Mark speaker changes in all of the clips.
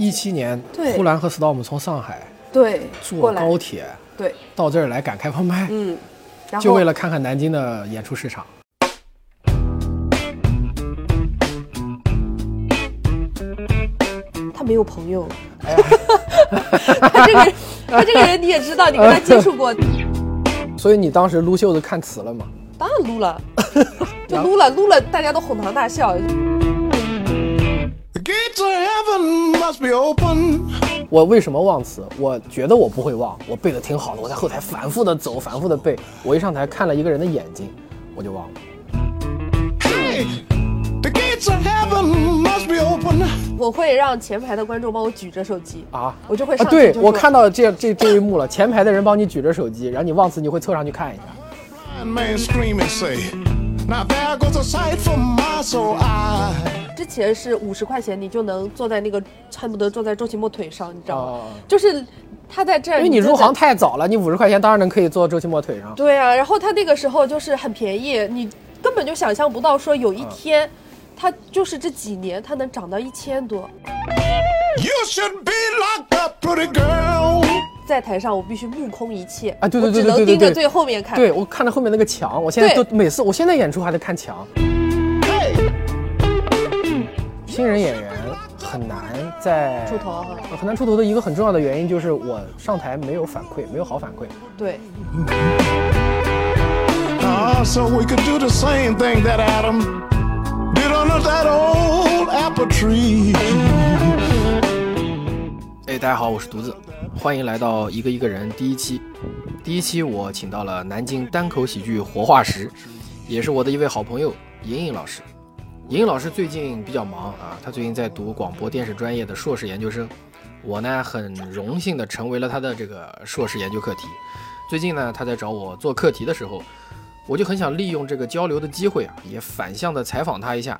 Speaker 1: 一七年，
Speaker 2: 对
Speaker 1: 呼兰和 storm 从上海
Speaker 2: 对，过
Speaker 1: 坐
Speaker 2: 来
Speaker 1: 高铁
Speaker 2: 对，
Speaker 1: 到这儿来赶开放麦，
Speaker 2: 嗯，然后
Speaker 1: 就为了看看南京的演出市场。
Speaker 2: 他没有朋友，
Speaker 1: 哎
Speaker 2: 他这个人他这个人你也知道，你跟他接触 过，
Speaker 1: 所以你当时撸袖子看词了吗？
Speaker 2: 当然撸 了，就撸了撸了，大家都哄堂大笑。
Speaker 3: The gates of heaven must be open.
Speaker 1: 我为什么忘词？我觉得我不会忘，我背的挺好的，我在后台反复的走，反复的背。我一上台看了一个人的眼睛，我就忘了。
Speaker 3: Hey, the gates of heaven must be open.
Speaker 2: 我会让前排的观众帮我举着手机
Speaker 1: 啊
Speaker 2: 我就会
Speaker 1: 啊
Speaker 2: 上！去
Speaker 1: 对
Speaker 2: 就说
Speaker 1: 我看到这这这一幕了，前排的人帮你举着手机，然后你忘词，你会凑上去看一下。
Speaker 3: Blind man scream and say, Now there goes a sight for my soul eye.
Speaker 2: 之前是五十块钱你就能坐在那个恨不得坐在周奇墨腿上，你知道吗
Speaker 1: 哦？
Speaker 2: 就是他在这儿，
Speaker 1: 因为你
Speaker 2: 就
Speaker 1: 入
Speaker 2: 在
Speaker 1: 行太早了，你五十块钱当然能可以坐周奇墨腿上。
Speaker 2: 对啊，然后他那个时候就是很便宜，你根本就想象不到说有一天，他就是这几年他能涨到一千多。
Speaker 3: You should be locked up, pretty girl.
Speaker 2: 在台上我必须目空一切
Speaker 1: 啊对对对
Speaker 2: 我只
Speaker 1: 对对
Speaker 2: 能盯着
Speaker 1: 对
Speaker 2: 最后面看。
Speaker 1: 对，我看着后面那个墙，我现在
Speaker 2: 对
Speaker 1: 都每次，我现在演出还得看墙。
Speaker 3: Hey,
Speaker 1: 新人演员很难在呃
Speaker 2: 出头哈
Speaker 1: 很难出头的一个很重要的原因就是我上台没有反馈，没有好反馈。
Speaker 2: 对
Speaker 3: ah, so we could do the same thing that Adam did under that old apple tree.
Speaker 1: 哎，大家好，我是独子，欢迎来到一个一个人第一期。第一期我请到了南京单口喜剧活化石，也是我的一位好朋友莹莹老师。莹莹老师最近比较忙啊，她最近在读广播电视专业的硕士研究生。我呢很荣幸的成为了她的这个硕士研究课题。最近呢，她在找我做课题的时候，我就很想利用这个交流的机会啊，也反向的采访她一下。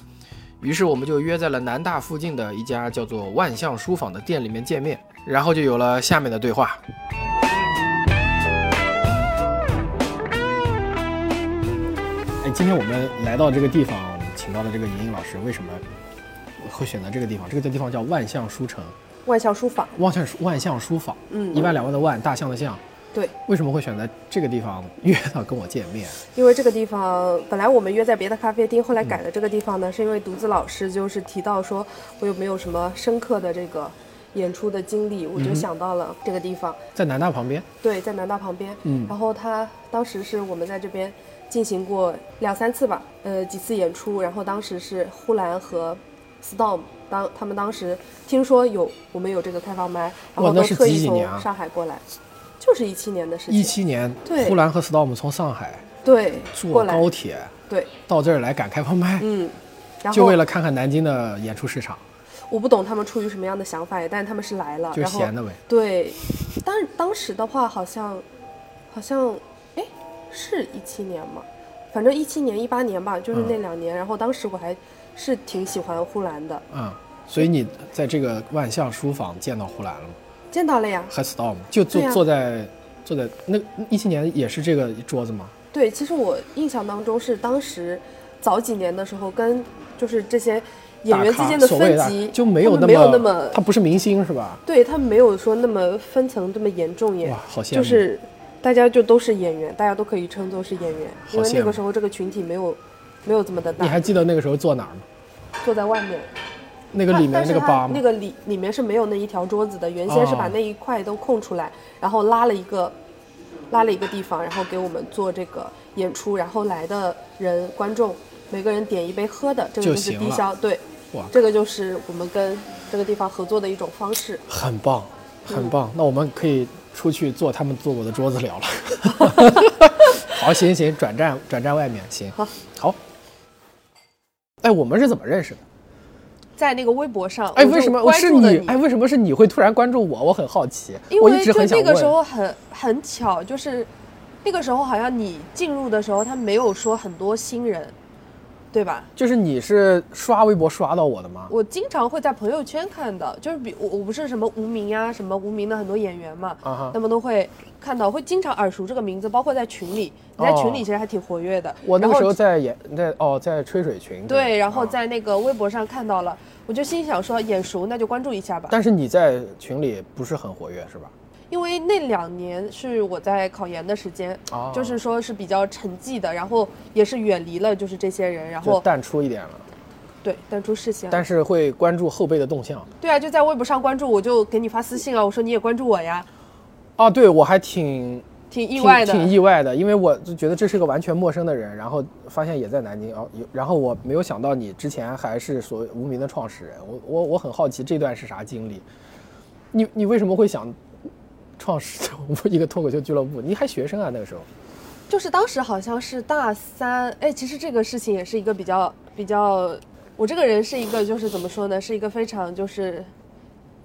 Speaker 1: 于是我们就约在了南大附近的一家叫做万象书坊的店里面见面，然后就有了下面的对话。哎，今天我们来到这个地方，请到了这个莹莹老师，为什么会选择这个地方？这个地方叫万象书城，
Speaker 2: 万象书法，
Speaker 1: 万象书万象书坊，
Speaker 2: 嗯
Speaker 1: 一万两万的万，大象的象。
Speaker 2: 对，
Speaker 1: 为什么会选择这个地方约到跟我见面？
Speaker 2: 因为这个地方本来我们约在别的咖啡厅，后来改了这个地方呢，是因为独子老师就是提到说我有没有什么深刻的这个演出的经历，
Speaker 1: 嗯
Speaker 2: 我就想到了这个地方。
Speaker 1: 在南大旁边，
Speaker 2: 对，在南大旁边。
Speaker 1: 嗯
Speaker 2: 然后他当时是我们在这边进行过两三次吧，呃，几次演出。然后当时是呼兰和 Storm 当他们当时听说有我们有这个开放麦，然后
Speaker 1: 哇那
Speaker 2: 都
Speaker 1: 是
Speaker 2: 特
Speaker 1: 几
Speaker 2: 意
Speaker 1: 几
Speaker 2: 从
Speaker 1: 年啊
Speaker 2: 上海过来，就是一七年的事
Speaker 1: 一
Speaker 2: 情。
Speaker 1: 七年，
Speaker 2: 对
Speaker 1: 呼兰和 storm 从上海
Speaker 2: 对，过
Speaker 1: 坐
Speaker 2: 来
Speaker 1: 高铁
Speaker 2: 对，
Speaker 1: 到这儿来赶开放麦，
Speaker 2: 嗯。然后
Speaker 1: 就为了看看南京的演出市场，
Speaker 2: 我不懂他们出于什么样的想法，但是他们是来了，
Speaker 1: 就
Speaker 2: 啊然后
Speaker 1: 闲的呗。
Speaker 2: 对，但是当时的话好像，好像，哎，是一七年吗？反正一七年、一八年吧，
Speaker 1: 嗯
Speaker 2: 就是那两年。然后当时我还是挺喜欢呼兰的，
Speaker 1: 嗯，所以你在这个万象书坊见到呼兰了吗？
Speaker 2: 见到了呀。
Speaker 1: 和 storm 就坐、
Speaker 2: 对呀
Speaker 1: 坐在坐在那一七年也是这个桌子吗？
Speaker 2: 对，其实我印象当中是当时早几年的时候，跟就是这些演员之间的
Speaker 1: 大咖所谓
Speaker 2: 分
Speaker 1: 的
Speaker 2: 级
Speaker 1: 就没有那
Speaker 2: 他们
Speaker 1: 么
Speaker 2: 没有那么，
Speaker 1: 他不是明星是吧？
Speaker 2: 对他们没有说那么分层这么严重耶
Speaker 1: 哇，。好羡慕。
Speaker 2: 就是大家就都是演员，大家都可以称作是演员，因为
Speaker 1: 羡
Speaker 2: 那个
Speaker 1: 慕
Speaker 2: 时候这个群体没有没有这么的大。
Speaker 1: 你还记得那个时候坐哪儿吗？
Speaker 2: 坐在外面，
Speaker 1: 那个里面
Speaker 2: 但
Speaker 1: 那
Speaker 2: 是
Speaker 1: 个吧
Speaker 2: 它
Speaker 1: 吗？
Speaker 2: 那个里里面是没有那一条桌子的，原先是把
Speaker 1: 哦
Speaker 2: 那一块都空出来，然后拉了一个拉了一个地方，然后给我们做这个演出，然后来的人观众每个人点一杯喝的，这个
Speaker 1: 就
Speaker 2: 就是
Speaker 1: 行
Speaker 2: 低
Speaker 1: 了
Speaker 2: 消，对
Speaker 1: 哇，
Speaker 2: 这个就是我们跟这个地方合作的一种方式。
Speaker 1: 很棒，很棒。
Speaker 2: 嗯
Speaker 1: 那我们可以出去坐他们坐过的桌子聊了。 好，行行，转站转站外面行。
Speaker 2: 好，
Speaker 1: 好。哎，我们是怎么认识的？
Speaker 2: 在那个微博上，
Speaker 1: 哎，
Speaker 2: 我就
Speaker 1: 为什么我
Speaker 2: 关
Speaker 1: 是
Speaker 2: 注了
Speaker 1: 哎，为什么是你会突然关注我？我很好奇，
Speaker 2: 因
Speaker 1: 我
Speaker 2: 为
Speaker 1: 一直
Speaker 2: 就
Speaker 1: 很想
Speaker 2: 那
Speaker 1: 问。
Speaker 2: 个时候很很巧，就是那个时候好像你进入的时候，他没有说很多新人，对吧？
Speaker 1: 就是你是刷微博刷到我的吗？
Speaker 2: 我经常会在朋友圈看到，就是比我我不是什么无名呀、什么无名的很多演员嘛，
Speaker 1: 啊哈
Speaker 2: 那么都会看到，会经常耳熟这个名字，包括在群里，你在群里其实还挺活跃的。
Speaker 1: 哦我那个
Speaker 2: 然后
Speaker 1: 时候在演在哦在吹水群。
Speaker 2: 对，然后
Speaker 1: 啊
Speaker 2: 在那个微博上看到了，我就心想说眼熟，那就关注一下吧。
Speaker 1: 但是你在群里不是很活跃是吧？
Speaker 2: 因为那两年是我在考研的时间，
Speaker 1: 哦
Speaker 2: 就是说是比较沉寂的，然后也是远离了就是这些人，然
Speaker 1: 就
Speaker 2: 后
Speaker 1: 淡出一点了，
Speaker 2: 嗯对淡出视线。
Speaker 1: 但是会关注后辈的动向。
Speaker 2: 对啊，就在微博上关注，我就给你发私信啊，我说你也关注我呀，
Speaker 1: 啊，对我还挺
Speaker 2: 挺意
Speaker 1: 挺
Speaker 2: 外的。
Speaker 1: 挺意外的，因为我就觉得这是个完全陌生的人，然后发现也在南京，哦，有然后我没有想到你之前还是所谓无名的创始人，我我我很好奇这段是啥经历，你你为什么会想创始 一个脱口秀俱乐部？你还学生啊那个时候，
Speaker 2: 就是当时好像是大三，哎，其实这个事情也是一个比较比较，我这个人是一个就是怎么说呢，是一个非常就是，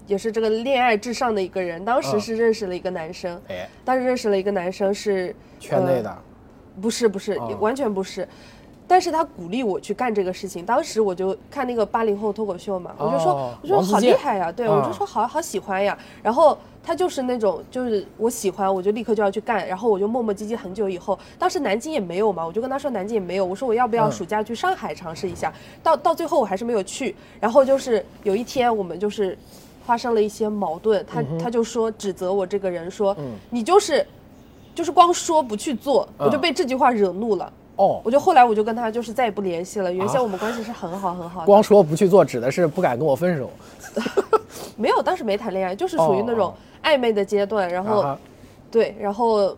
Speaker 2: 也是这个恋爱至上的一个人。当时
Speaker 1: 嗯
Speaker 2: 是认识了一个男生，
Speaker 1: 哎，
Speaker 2: 当时认识了一个男生是呃
Speaker 1: 圈内的，
Speaker 2: 不是不是，
Speaker 1: 嗯
Speaker 2: 完全不是。但是他鼓励我去干这个事情，当时我就看那个八零后脱口秀嘛，我就说，
Speaker 1: 哦
Speaker 2: 我说
Speaker 1: 王自
Speaker 2: 好厉
Speaker 1: 健
Speaker 2: 害呀，对、
Speaker 1: 嗯
Speaker 2: 我就说好好喜欢呀。然后他就是那种，就是我喜欢我就立刻就要去干，然后我就磨磨唧唧很久以后，当时南京也没有嘛，我就跟他说南京也没有，我说我要不要
Speaker 1: 嗯
Speaker 2: 暑假去上海尝试一下，到到最后我还是没有去。然后就是有一天我们就是发生了一些矛盾，他、他就说指责我这个人说、
Speaker 1: 嗯
Speaker 2: 你就是就是光说不去做，
Speaker 1: 嗯
Speaker 2: 我就被这句话惹怒了。
Speaker 1: 哦
Speaker 2: 我，就后来我就跟他就是再也不联系了。
Speaker 1: 啊
Speaker 2: 原先我们关系是很好很好的，
Speaker 1: 光说不去做指的是不敢跟我分手，
Speaker 2: 没有当时没谈恋爱，就是属于那种
Speaker 1: 哦
Speaker 2: 暧昧的阶段。然后、
Speaker 1: 啊哈
Speaker 2: 对，然后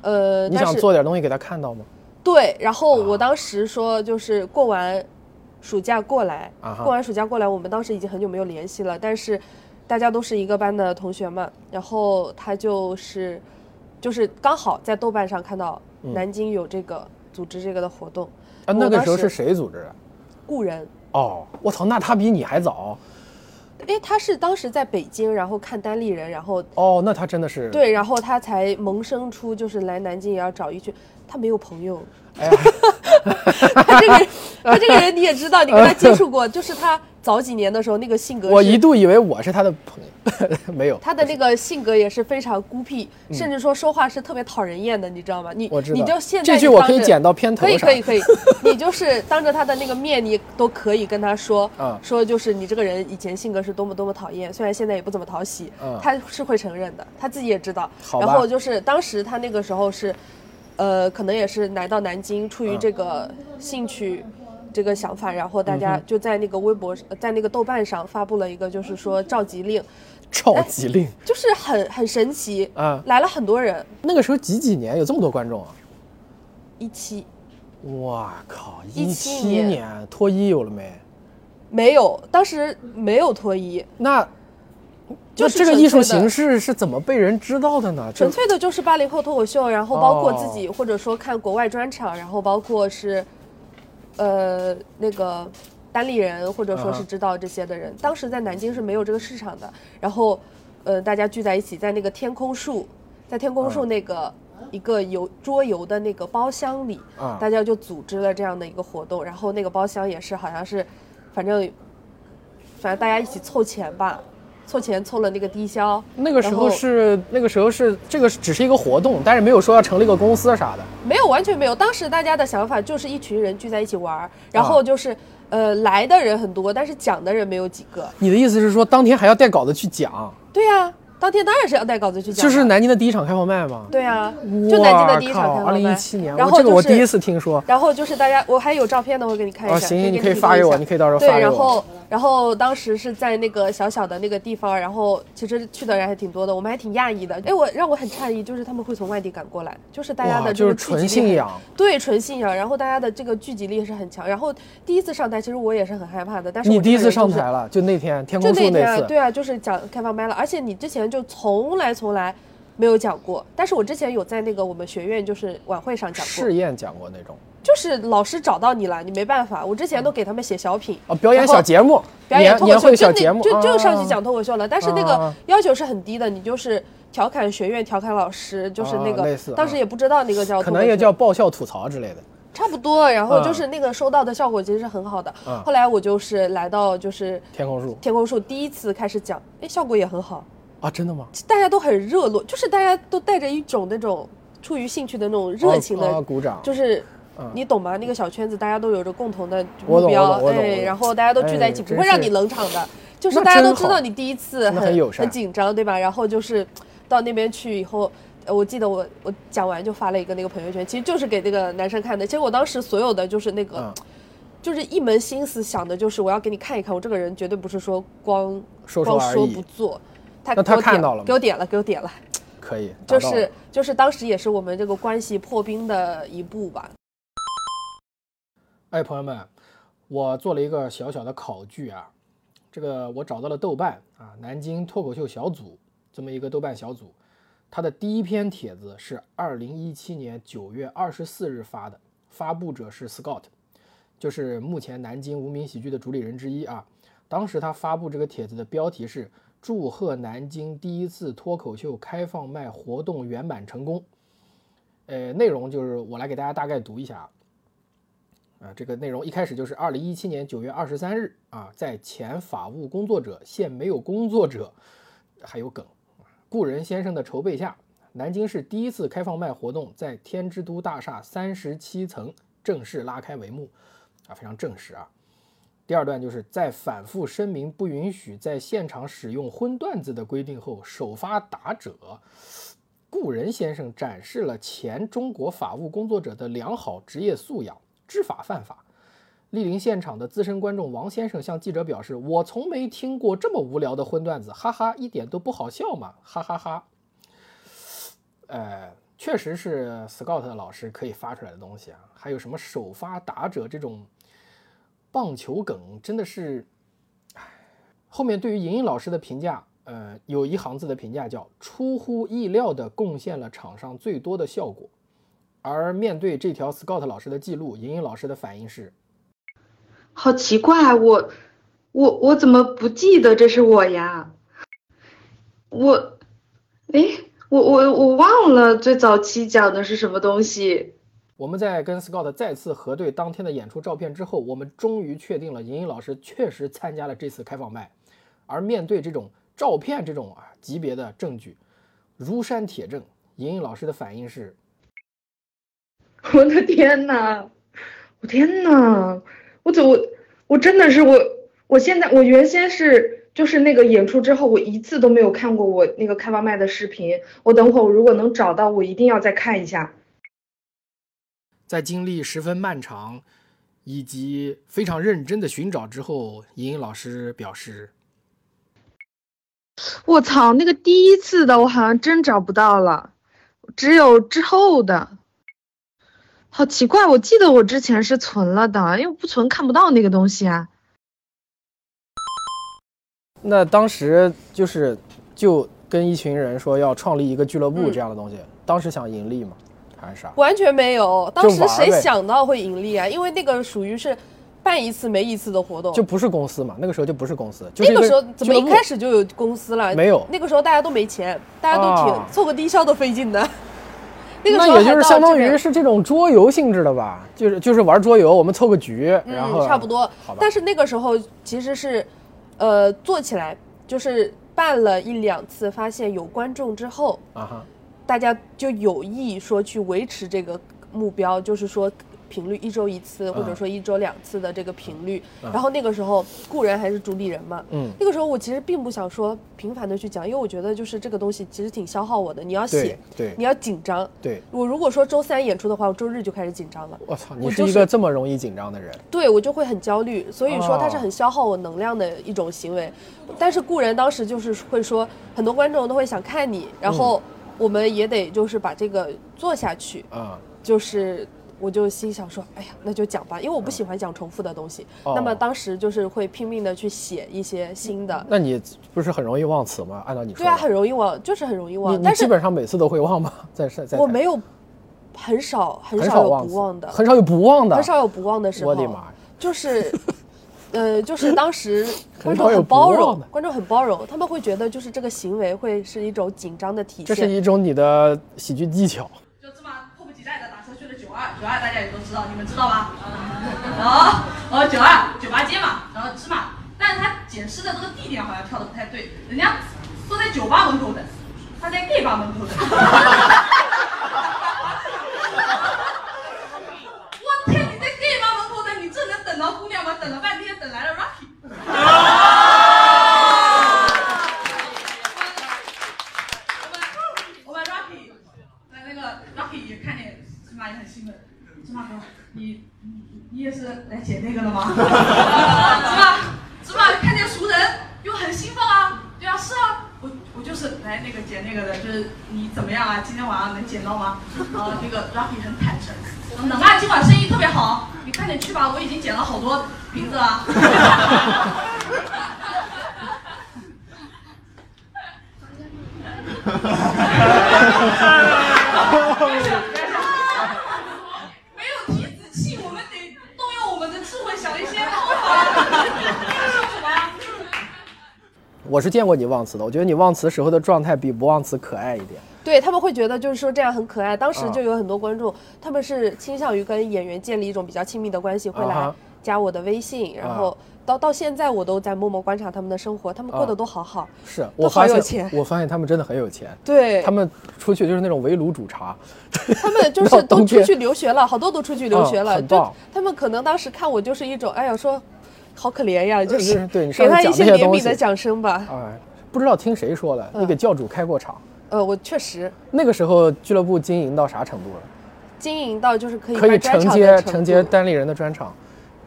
Speaker 2: 呃，
Speaker 1: 你
Speaker 2: 但
Speaker 1: 想
Speaker 2: 是
Speaker 1: 做点啊东西给他看到吗？
Speaker 2: 对，然后我当时说就是过完暑假过来，
Speaker 1: 啊哈
Speaker 2: 过完暑假过来，我们当时已经很久没有联系了，但是大家都是一个班的同学嘛，然后他就是就是刚好在豆瓣上看到
Speaker 1: 嗯
Speaker 2: 南京有这个、组织这个的活动，
Speaker 1: 啊，那
Speaker 2: 我
Speaker 1: 个
Speaker 2: 当
Speaker 1: 时候
Speaker 2: 时
Speaker 1: 是谁组织的？
Speaker 2: 故人。
Speaker 1: 哦，我操，那他比你还早
Speaker 2: 哎，他是当时在北京，然后看单立人，然后
Speaker 1: 哦，那他真的是，
Speaker 2: 对，然后他才萌生出就是来南京也要找一群，他没有朋友，
Speaker 1: 哎呀，
Speaker 2: 他这个人，他这个人你也知道，你跟他接触 过，就是他早几年的时候那个性格是，
Speaker 1: 我一度以为我是他的朋友， 没有，嗯
Speaker 2: 他的那个性格也是非常孤僻，甚至说说话是特别讨人厌的，你知道吗？你
Speaker 1: 我知道
Speaker 2: 你就现在
Speaker 1: 这句
Speaker 2: 你
Speaker 1: 我
Speaker 2: 当
Speaker 1: 可以
Speaker 2: 着
Speaker 1: 剪到片头
Speaker 2: 可以
Speaker 1: 上
Speaker 2: 可以可以， 你就是当着他的那个面，你都可以跟他说，
Speaker 1: 嗯
Speaker 2: 说就是你这个人以前性格是多么多么讨厌，虽然现在也不怎么讨喜，
Speaker 1: 嗯
Speaker 2: 他是会承认的，他自己也知道。
Speaker 1: 好吧
Speaker 2: 然后就是当时他那个时候是，呃，可能也是来到南京，出于这个兴趣。这个想法，然后大
Speaker 1: 嗯
Speaker 2: 家就在那个微博、呃在那个豆瓣上发布了一个，就是说召集令，
Speaker 1: 召集
Speaker 2: 哎
Speaker 1: 令。
Speaker 2: 就是很很神奇
Speaker 1: 啊
Speaker 2: 来了很多人，
Speaker 1: 那个时候几几年有这么多观众啊？
Speaker 2: 一期
Speaker 1: 哇靠！一
Speaker 2: 17
Speaker 1: 七
Speaker 2: 年
Speaker 1: 年脱衣有了没？
Speaker 2: 没有，当时没有脱衣，
Speaker 1: 那
Speaker 2: 就
Speaker 1: 那
Speaker 2: 是
Speaker 1: 这个
Speaker 2: 纯
Speaker 1: 艺术
Speaker 2: 粹的
Speaker 1: 形式是怎么被人知道的呢？
Speaker 2: 纯
Speaker 1: 就
Speaker 2: 粹的就是八零后脱口秀，然后包括
Speaker 1: 哦
Speaker 2: 自己、或者说看国外专场，然后包括是，呃，那个单立人或者说
Speaker 1: 嗯
Speaker 2: 是
Speaker 1: 哼
Speaker 2: 知道这些的人，当时在南京是没有这个市场的，然后，呃，大家聚在一起，在那个天空树，在天空树
Speaker 1: 嗯
Speaker 2: 那个。一个游桌游的那个包厢里，
Speaker 1: 嗯
Speaker 2: 大家就组织了这样的一个活动，然后那个包厢也是好像是，反正，反正大家一起凑钱吧，凑钱凑了那个低消。
Speaker 1: 那个时
Speaker 2: 然后
Speaker 1: 候是那个时候是这个只是一个活动，但是没有说要成立个公司啊啥的。
Speaker 2: 没有，完全没有。当时大家的想法就是一群人聚在一起
Speaker 1: 啊
Speaker 2: 玩儿，然后就是、呃来的人很多，但是讲的人没有几个。
Speaker 1: 你的意思是说当天还要带稿子去讲，
Speaker 2: 对呀、当天当然是要带稿子去讲
Speaker 1: 这
Speaker 2: 的。
Speaker 1: 是南京的第一场开放麦吗？
Speaker 2: 对呀、就南京的第一场开
Speaker 1: 二
Speaker 2: 放
Speaker 1: 零
Speaker 2: 麦
Speaker 1: 一七年，
Speaker 2: 然
Speaker 1: 我
Speaker 2: 后
Speaker 1: 这个
Speaker 2: 就
Speaker 1: 我
Speaker 2: 是
Speaker 1: 第一次听说。
Speaker 2: 然后就是大家，我还有照片呢，我给你看一下。
Speaker 1: 哦行
Speaker 2: 以
Speaker 1: 你
Speaker 2: 你
Speaker 1: 可以
Speaker 2: 提供
Speaker 1: 发给
Speaker 2: 一
Speaker 1: 我
Speaker 2: 下
Speaker 1: 你可以到时候
Speaker 2: 对，
Speaker 1: 发给
Speaker 2: 然
Speaker 1: 我
Speaker 2: 后然后当时是在那个小小的那个地方，然后其实去的人还挺多的，我们还挺讶异的。哎，我让我很诧异，就是他们会从外地赶过来，就是大家
Speaker 1: 哇
Speaker 2: 的这
Speaker 1: 就
Speaker 2: 个
Speaker 1: 是
Speaker 2: 聚
Speaker 1: 纯
Speaker 2: 集力
Speaker 1: 信
Speaker 2: 很
Speaker 1: 仰，
Speaker 2: 对，纯信仰。然后大家的这个聚集力是很强。然后第一次上台，其实我也是很害怕的，但是我
Speaker 1: 你
Speaker 2: 这
Speaker 1: 第一
Speaker 2: 个
Speaker 1: 次
Speaker 2: 人
Speaker 1: 上
Speaker 2: 就是
Speaker 1: 台了，就那天天
Speaker 2: 就
Speaker 1: 空树
Speaker 2: 天
Speaker 1: 那
Speaker 2: 啊，
Speaker 1: 次。
Speaker 2: 对啊，就是讲开放麦了，而且你之前就从来从来没有讲过，但是我之前有在那个我们学院就是晚会上讲过
Speaker 1: 试，验讲过那种
Speaker 2: 就是老师找到你了，你没办法，我之前都给他们写小品
Speaker 1: 嗯哦，表演
Speaker 2: 然后
Speaker 1: 小节目，
Speaker 2: 表演
Speaker 1: 年
Speaker 2: 脱
Speaker 1: 年
Speaker 2: 口
Speaker 1: 会
Speaker 2: 秀，
Speaker 1: 小
Speaker 2: 就
Speaker 1: 节
Speaker 2: 那
Speaker 1: 目，
Speaker 2: 就就上去
Speaker 1: 啊
Speaker 2: 讲脱口秀了。但是那个
Speaker 1: 啊
Speaker 2: 要求是很低的，你就是调侃学院、调侃老师，就是那
Speaker 1: 啊
Speaker 2: 个
Speaker 1: 类似
Speaker 2: 当时
Speaker 1: 啊
Speaker 2: 也不知道那个叫
Speaker 1: 可
Speaker 2: 脱口
Speaker 1: 能也
Speaker 2: 秀
Speaker 1: 叫爆笑吐槽之类的。
Speaker 2: 差不多。然后就
Speaker 1: 嗯
Speaker 2: 是那个收到的效果其实是很好的。
Speaker 1: 嗯
Speaker 2: 后来我就是来到就是
Speaker 1: 天空树
Speaker 2: 天空树第一次开始讲，哎，效果也很好，
Speaker 1: 啊，真的吗？
Speaker 2: 大家都很热络，就是大家都带着一种那种出于兴趣的那种热情的，
Speaker 1: 啊啊鼓掌
Speaker 2: 就是
Speaker 4: 嗯
Speaker 2: 你懂吗？那个小圈子大家都有着共同的
Speaker 4: 我
Speaker 2: 目
Speaker 4: 懂
Speaker 2: 标
Speaker 4: 我懂，我懂我
Speaker 2: 哎，
Speaker 4: 懂
Speaker 2: 然后大家都聚在一起，
Speaker 4: 哎
Speaker 2: 不会让你冷场的。就是大家
Speaker 4: 那
Speaker 2: 都
Speaker 4: 真
Speaker 2: 知道
Speaker 4: 好
Speaker 2: 你第一次
Speaker 4: 真的很友善
Speaker 2: 很紧张，对吧？然后就是到那边去以后，呃我记得我我讲完就发了一个那个朋友圈，其实就是给那个男生看的。结果当时所有的就是那个，
Speaker 4: 嗯
Speaker 2: 就是一门心思想的就是我要给你看一看，我这个人绝对不是说光
Speaker 4: 说说
Speaker 2: 光
Speaker 4: 而
Speaker 2: 说
Speaker 4: 已
Speaker 2: 不做。他
Speaker 4: 那
Speaker 2: 给
Speaker 4: 他
Speaker 2: 我点
Speaker 4: 看到了吗
Speaker 2: 给我点了，给我点了。
Speaker 4: 可以，达
Speaker 2: 就
Speaker 4: 到
Speaker 2: 是
Speaker 4: 了
Speaker 2: 就是当时也是我们这个关系破冰的一步吧。
Speaker 4: 哎，朋
Speaker 1: 朋
Speaker 4: 友
Speaker 1: 友
Speaker 4: 们
Speaker 1: 们，，我做了一个小小的考据啊，这个我找到了豆瓣啊，南京脱口秀小组这么一个豆瓣小组，它的第一篇帖子是二零一七年九月二十四日发的，发布者是 Scott，就是目前南京无名喜剧的主理人之一啊。当时他发布这个帖子的标题是“祝贺南京第一次脱口秀开放麦活动圆满成功”，呃，内容就是我来给大家大概读一下啊。啊，这个内容一开始就是二零一七年九月二十三日啊，在前法务工作者现没有工作者，还有梗，啊故人先生的筹备下，南京市第一次开放麦活动在天之都大厦三十七层正式拉开帷幕，啊，非常正式啊。第二段就是在反复声明不允许在现场使用荤段子的规定后，首发打者故人先生展示了前中国法务工作者的良好职业素养，知法犯法。莅临现场的资深观众王先生向记者表示：“我从没听过这么无聊的荤段子，哈哈，一点都不好笑嘛，哈哈哈呃，确实是 Scott 老师可以发出来的东西啊。还有什么首发打者这种棒球梗，真的是后面对于莹莹老师的评价，呃，有一行字的评价叫“出乎意料的贡献了场上最多的效果”。而面对这条 Scott 老师的记录，莹莹老师的反应是
Speaker 5: 好奇怪，啊我我我怎么不记得这是我呀？我，诶，我我我忘了最早期讲的是什么东西。：“
Speaker 1: 我们在跟 Scott 再次核对当天的演出照片之后，我们终于确定了莹莹老师确实参加了这次开放麦。”而面对这种照片这种啊级别的证据，如山铁证，莹莹老师的反应是
Speaker 5: 我的天呐，我天呐，我怎我我真的是我我现在我原先是就是那个演出之后，我一次都没有看过我那个开放麦的视频。我等会儿如果能找到，我一定要再看一下。
Speaker 1: 在经历十分漫长以及非常认真的寻找之后，莹莹老师表示
Speaker 5: 我操，那个第一次的我好像真找不到了，只有之后的。好奇怪，我记得我之前是存了的，因为不存看不到那个东西啊。
Speaker 4: 那当时就是就跟一群人说要创立一个俱乐部
Speaker 2: 嗯
Speaker 4: 这样的东西，当时想盈利嘛，还是啥？
Speaker 2: 完全没有，当时
Speaker 4: 玩儿
Speaker 2: 谁
Speaker 4: 呗
Speaker 2: 想到会盈利啊？因为那个属于是办一次没一次的活动，
Speaker 4: 就不是公司嘛，那个时候就不是公司，就是
Speaker 2: 那
Speaker 4: 一
Speaker 2: 个时候怎
Speaker 4: 俱
Speaker 2: 么
Speaker 4: 乐
Speaker 2: 一
Speaker 4: 部
Speaker 2: 开始就有公司了？
Speaker 4: 没有
Speaker 2: 那个时候大家都没钱，大家都挺、
Speaker 4: 啊
Speaker 2: 凑个低消都费劲的。 那个时候
Speaker 4: 那也就
Speaker 2: 还
Speaker 4: 是
Speaker 2: 到
Speaker 4: 相当
Speaker 2: 这
Speaker 4: 于
Speaker 2: 个
Speaker 4: 是这种桌游性质的吧，就是就是玩桌游，我们凑个局，然后
Speaker 2: 嗯、差不多
Speaker 4: 好吧。
Speaker 2: 但是那个时候其实是，呃，做起来就是办了一两次，发现有观众之后，
Speaker 4: 啊哈，
Speaker 2: 大家就有意说去维持这个目标，就是说频率一周一次，或
Speaker 4: 嗯
Speaker 2: 者说一周两次的这个频率。然后那个时候固然还是主理人嘛，
Speaker 4: 嗯
Speaker 2: 那个时候我其实并不想说频繁的去讲，因为我觉得就是这个东西其实挺消耗我的，你要写
Speaker 4: 对，对
Speaker 2: 你要紧张。
Speaker 4: 对，
Speaker 2: 我如果说周三演出的话，我周日就开始紧张了，
Speaker 4: 我操，你
Speaker 2: 我就是
Speaker 4: 一个这么容易紧张的人，
Speaker 2: 对我就会很焦虑，所以说它是
Speaker 4: 哦
Speaker 2: 很消耗我能量的一种行为。但是故人当时就是会说，很多观众都会想看你，然后
Speaker 4: 嗯
Speaker 2: 我们也得就是把这个做下去。
Speaker 4: 啊、
Speaker 2: 就是我就心想说，哎呀，那就讲吧，因为我不喜欢讲重复的东西。
Speaker 4: 嗯哦
Speaker 2: 那么当时就是会拼命的去写一些新的。
Speaker 4: 那你不是很容易忘词吗？按照你说
Speaker 2: 对
Speaker 4: 的，
Speaker 2: 啊，很容易忘，就是很容易
Speaker 4: 你
Speaker 2: 忘。
Speaker 4: 你
Speaker 2: 但
Speaker 4: 基
Speaker 2: 是
Speaker 4: 本上每次都会忘吗？在在在
Speaker 2: 我没有很少很
Speaker 4: 很
Speaker 2: 少
Speaker 4: 少
Speaker 2: 有
Speaker 4: 忘
Speaker 2: 不
Speaker 4: 词
Speaker 2: 忘的，
Speaker 4: 很少有不忘的，
Speaker 2: 很少有不忘的时候。
Speaker 4: 我的妈呀！
Speaker 2: 就是，呃，就是 当时观
Speaker 4: 很
Speaker 2: 众
Speaker 4: 少有
Speaker 2: 很包
Speaker 4: 不忘
Speaker 2: 容
Speaker 4: 的，
Speaker 2: 观众很包容，他们会觉得就是这个行为会是一种紧张的体
Speaker 4: 这是
Speaker 2: 现。
Speaker 4: 一种你的喜剧技巧。
Speaker 6: 就这么迫不及待的打车去了九二，九二大家也都知道，你们知道吧？然后，然后九二酒吧街嘛，然后芝麻，但是他检视的这个地点好像跳的不太对，人家说在酒吧门口等，他在 gay 吧门口等。我妈也很兴奋，芝麻哥，你你你也是来捡那个了吗？芝麻芝麻看见熟人又很兴奋啊，对啊是啊，我我就是来那个捡那个的，就是你怎么样啊？今天晚上能捡到吗？然后那个 Rocky 很坦诚，能啊，今晚生意特别好，你快点去吧，我已经捡了好多瓶子啊。没有提子器，我们得动用我们的智慧想一些方法。说什么 呀？
Speaker 1: 我是见过你忘词的，我觉得你忘词时候的状态比不忘词可爱一点。
Speaker 2: 对他们会觉得就是说这样很可爱。当
Speaker 1: 啊
Speaker 2: 时就有很多观众，他们是倾向于跟演员建立一种比较亲密的关系，会
Speaker 1: 啊
Speaker 2: 来
Speaker 1: 哈啊
Speaker 2: 加我的微信，然后到到现在我都在默默观察他们的生活，他们过得都好好。
Speaker 1: 是我
Speaker 2: 都好
Speaker 1: 发
Speaker 2: 有
Speaker 1: 现
Speaker 2: 钱，
Speaker 1: 我发现他们真的很有钱，
Speaker 2: 对
Speaker 1: 他们出去就是那种围炉煮茶，
Speaker 2: 他们就
Speaker 1: 到
Speaker 2: 是都
Speaker 1: 冬
Speaker 2: 出
Speaker 1: 天
Speaker 2: 去留学了，好多都出去留
Speaker 1: 嗯
Speaker 2: 学了，
Speaker 1: 很
Speaker 2: 就
Speaker 1: 棒
Speaker 2: 他们可能当时看我就是一种，哎呀说，好可怜呀，就
Speaker 1: 呃
Speaker 2: 是
Speaker 1: 是对你上
Speaker 2: 给
Speaker 1: 次
Speaker 2: 他一
Speaker 1: 讲
Speaker 2: 些
Speaker 1: 那些
Speaker 2: 怜
Speaker 1: 东
Speaker 2: 悯
Speaker 1: 西
Speaker 2: 的嗯掌声吧。
Speaker 1: 哎，不知道听谁说的，你给教主开过场，
Speaker 2: 呃，我确实
Speaker 1: 那个时候俱乐部经营到啥程度了？
Speaker 2: 经营到就是可以
Speaker 1: 可以
Speaker 2: 办专
Speaker 1: 承
Speaker 2: 场的
Speaker 1: 接
Speaker 2: 程
Speaker 1: 承
Speaker 2: 度
Speaker 1: 接单立人的专场，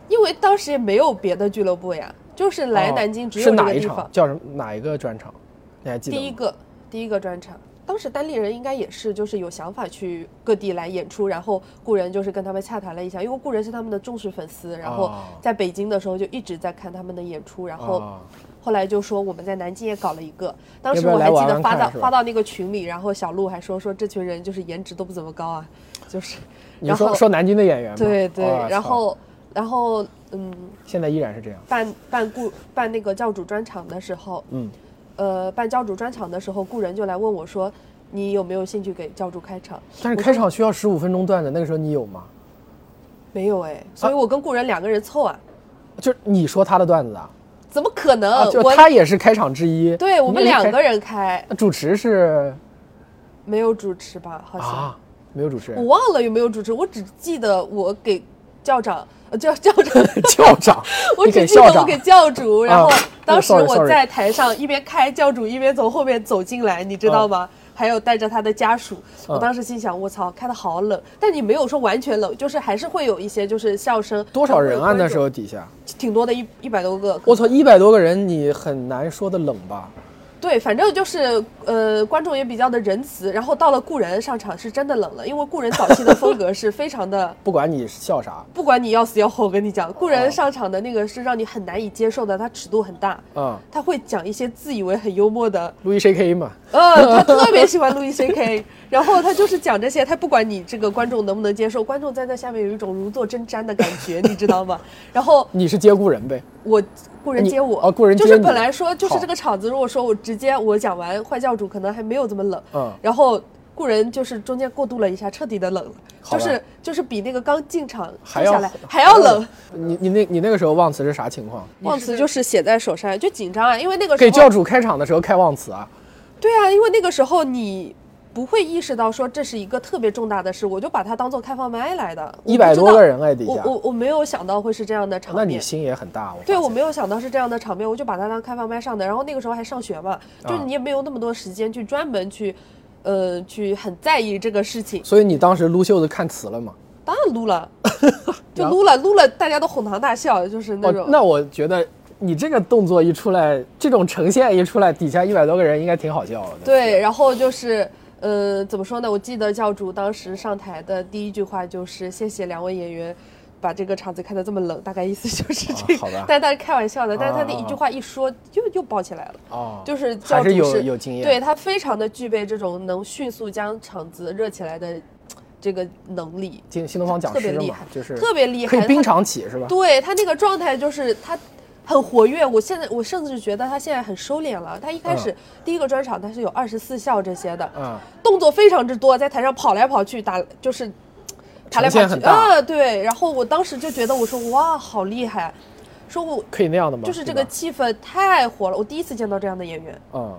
Speaker 2: 因为当时也没有别的俱乐部呀，就是来
Speaker 1: 哦
Speaker 2: 南京只有
Speaker 1: 是
Speaker 2: 这
Speaker 1: 哪
Speaker 2: 个
Speaker 1: 一
Speaker 2: 地
Speaker 1: 场
Speaker 2: 方。？
Speaker 1: 叫什么？哪一个专场？你还记得吗？
Speaker 2: 第一个第一个专场，当时单立人应该也是就是有想法去各地来演出，然后故人就是跟他们洽谈了一下，因为故人是他们的忠实粉丝，然后
Speaker 1: 哦
Speaker 2: 在北京的时候就一直在看他们的演出，然后
Speaker 1: 啊，
Speaker 2: 后来就说我们在南京也搞了一个，当
Speaker 1: 要
Speaker 2: 时
Speaker 1: 不要
Speaker 2: 我还
Speaker 1: 来
Speaker 2: 记
Speaker 1: 玩
Speaker 2: 得
Speaker 1: 玩
Speaker 2: 发
Speaker 1: 看
Speaker 2: 到
Speaker 1: 是吧
Speaker 2: 发到那个群里，然后小鹿还说说这群人就是颜值都不怎么高啊，就是，
Speaker 1: 你
Speaker 2: 然
Speaker 1: 说
Speaker 2: 后
Speaker 1: 说南京的演员吗？
Speaker 2: 对对，
Speaker 1: 哇
Speaker 2: 然
Speaker 1: 操
Speaker 2: 后然后嗯，
Speaker 1: 现在依然是这样。
Speaker 2: 办办故办那个教主专场的时候，
Speaker 1: 嗯，
Speaker 2: 呃，办教主专场的时候，故人就来问我说，你有没有兴趣给教主开场？
Speaker 1: 但是开场需要十五分钟段子，那个时候你有吗？
Speaker 2: 没有哎，所以
Speaker 1: 啊
Speaker 2: 我跟故人两个人凑啊，
Speaker 1: 就是你说他的段子啊？
Speaker 2: 怎么可能？
Speaker 1: 啊，就
Speaker 2: 呃我
Speaker 1: 他也是开场之一。
Speaker 2: 对我们
Speaker 1: 你也是
Speaker 2: 两
Speaker 1: 开
Speaker 2: 个。人开，
Speaker 1: 那主持 是
Speaker 2: 没有主持吧？好像、
Speaker 1: 啊，没有主持
Speaker 2: 我
Speaker 1: 人，
Speaker 2: 忘了有没有主持，我只记得我给校长。呃，教教长，，
Speaker 1: 校长
Speaker 2: 我
Speaker 1: 你
Speaker 2: 只
Speaker 1: 给
Speaker 2: 记得
Speaker 1: 校
Speaker 2: 我
Speaker 1: 长
Speaker 2: 给教主，然后
Speaker 1: 啊
Speaker 2: 当时
Speaker 1: sorry，
Speaker 2: 我
Speaker 1: sorry
Speaker 2: 在台上一边开教主，一边从后面走进来，你知道吗？还有带着他的家属，我
Speaker 1: 啊
Speaker 2: 当时心想，我操，开的好冷，但你没有说完全冷，就是还是会有一些就是笑声。
Speaker 1: 多少人啊？
Speaker 2: 会有观众
Speaker 1: 那时候底下，
Speaker 2: 挺多的，一一百多个。
Speaker 1: 我操，一百多个人，你很难说的冷吧？
Speaker 2: 对，反正就是呃，观众也比较的仁慈。然后到了故人上场是真的冷了，因为故人早期的风格是非常的
Speaker 1: 不管你笑啥，
Speaker 2: 不管你要死要活，我跟你讲，故
Speaker 1: 啊
Speaker 2: 人上场的那个是让你很难以接受的，他尺度很大，
Speaker 1: 嗯，
Speaker 2: 他会讲一些自以为很幽默的，
Speaker 1: 路易 C K 嘛，
Speaker 2: 呃，他特别喜欢路易 C K，然后他就是讲这些，他不管你这个观众能不能接受，观众在那下面有一种如坐针毡的感觉，你知道 吗？然后
Speaker 1: 你是接故人呗？
Speaker 2: 我故人接我，
Speaker 1: 你哦故人接
Speaker 2: 就是
Speaker 1: 你
Speaker 2: 本来说就是
Speaker 1: 好
Speaker 2: 这个场子，如果说我直接我讲完坏教主，可能还没有这么冷，
Speaker 1: 嗯
Speaker 2: 然后故人就是中间过渡了一下，彻底的冷了，
Speaker 1: 好
Speaker 2: 就
Speaker 1: 吧
Speaker 2: 是就是比那个刚进场
Speaker 1: 还
Speaker 2: 冲
Speaker 1: 要
Speaker 2: 下来还要冷。。
Speaker 1: 你你那你那个时候忘词是啥情况？
Speaker 2: 忘词就是写在手上，就紧张啊，因为那个时候
Speaker 1: 给教主开场的时候开忘词啊？
Speaker 2: 对啊，因为那个时候你不会意识到说这是一个特别重大的事，我就把它当做开放麦来的。我不知道
Speaker 1: 100多个人哎底下哦
Speaker 2: 我我我没有想到会是这样的场
Speaker 1: 那
Speaker 2: 面。
Speaker 1: 你心也很大。我
Speaker 2: 对，
Speaker 1: 发
Speaker 2: 我
Speaker 1: 现
Speaker 2: 没有想到是这样的场面，我就把它当开放麦上的。然后那个时候还上学嘛，就是你也没有那么多时间去专门去，呃，去很在意这个事情。
Speaker 1: 所以你当时撸袖子看词了吗？
Speaker 2: 当然撸了， 就撸了撸了，大家都哄堂大笑，就是那
Speaker 1: 哦
Speaker 2: 种。，
Speaker 1: 那我觉得你这个动作一出来，这种呈现一出来，底下一百多个人应该挺好笑的。
Speaker 2: 对，然后就是，呃，怎么说呢？我记得教主当时上台的第一句话就是“谢谢两位演员把这个场子开得这么冷”，大概意思就是 这
Speaker 1: 哦好
Speaker 2: 个。
Speaker 1: 吧
Speaker 2: 但但是开玩笑的，但是他那一
Speaker 1: 啊
Speaker 2: 句
Speaker 1: 啊
Speaker 2: 话一说，又又爆起来了。
Speaker 1: 哦，
Speaker 2: 就是
Speaker 1: 还
Speaker 2: 教主
Speaker 1: 是有有经验。
Speaker 2: 对他非常的具备这种能迅速将场子热起来的这个能力，
Speaker 1: 新新东方讲
Speaker 2: 特别
Speaker 1: 师
Speaker 2: 厉
Speaker 1: 嘛
Speaker 2: 害，
Speaker 1: 就是
Speaker 2: 特别厉害
Speaker 1: 可以
Speaker 2: 他
Speaker 1: 冰场起是吧？
Speaker 2: 对他那个状态就是他很活跃，我现在我甚至觉得他现在很收敛了。他一开始、第一个专场他是有二十四孝这些的，
Speaker 1: 嗯
Speaker 2: 动作非常之多，在台上跑来跑去打就是跑来
Speaker 1: 呈现
Speaker 2: 跑去
Speaker 1: 很大
Speaker 2: 啊，对。然后我当时就觉得我说哇好厉害，啊说我
Speaker 1: 可以那样的吗？
Speaker 2: 就是这
Speaker 1: 对
Speaker 2: 个
Speaker 1: 吧
Speaker 2: 气氛太火了，我第一次见到这样的演员。
Speaker 1: 嗯，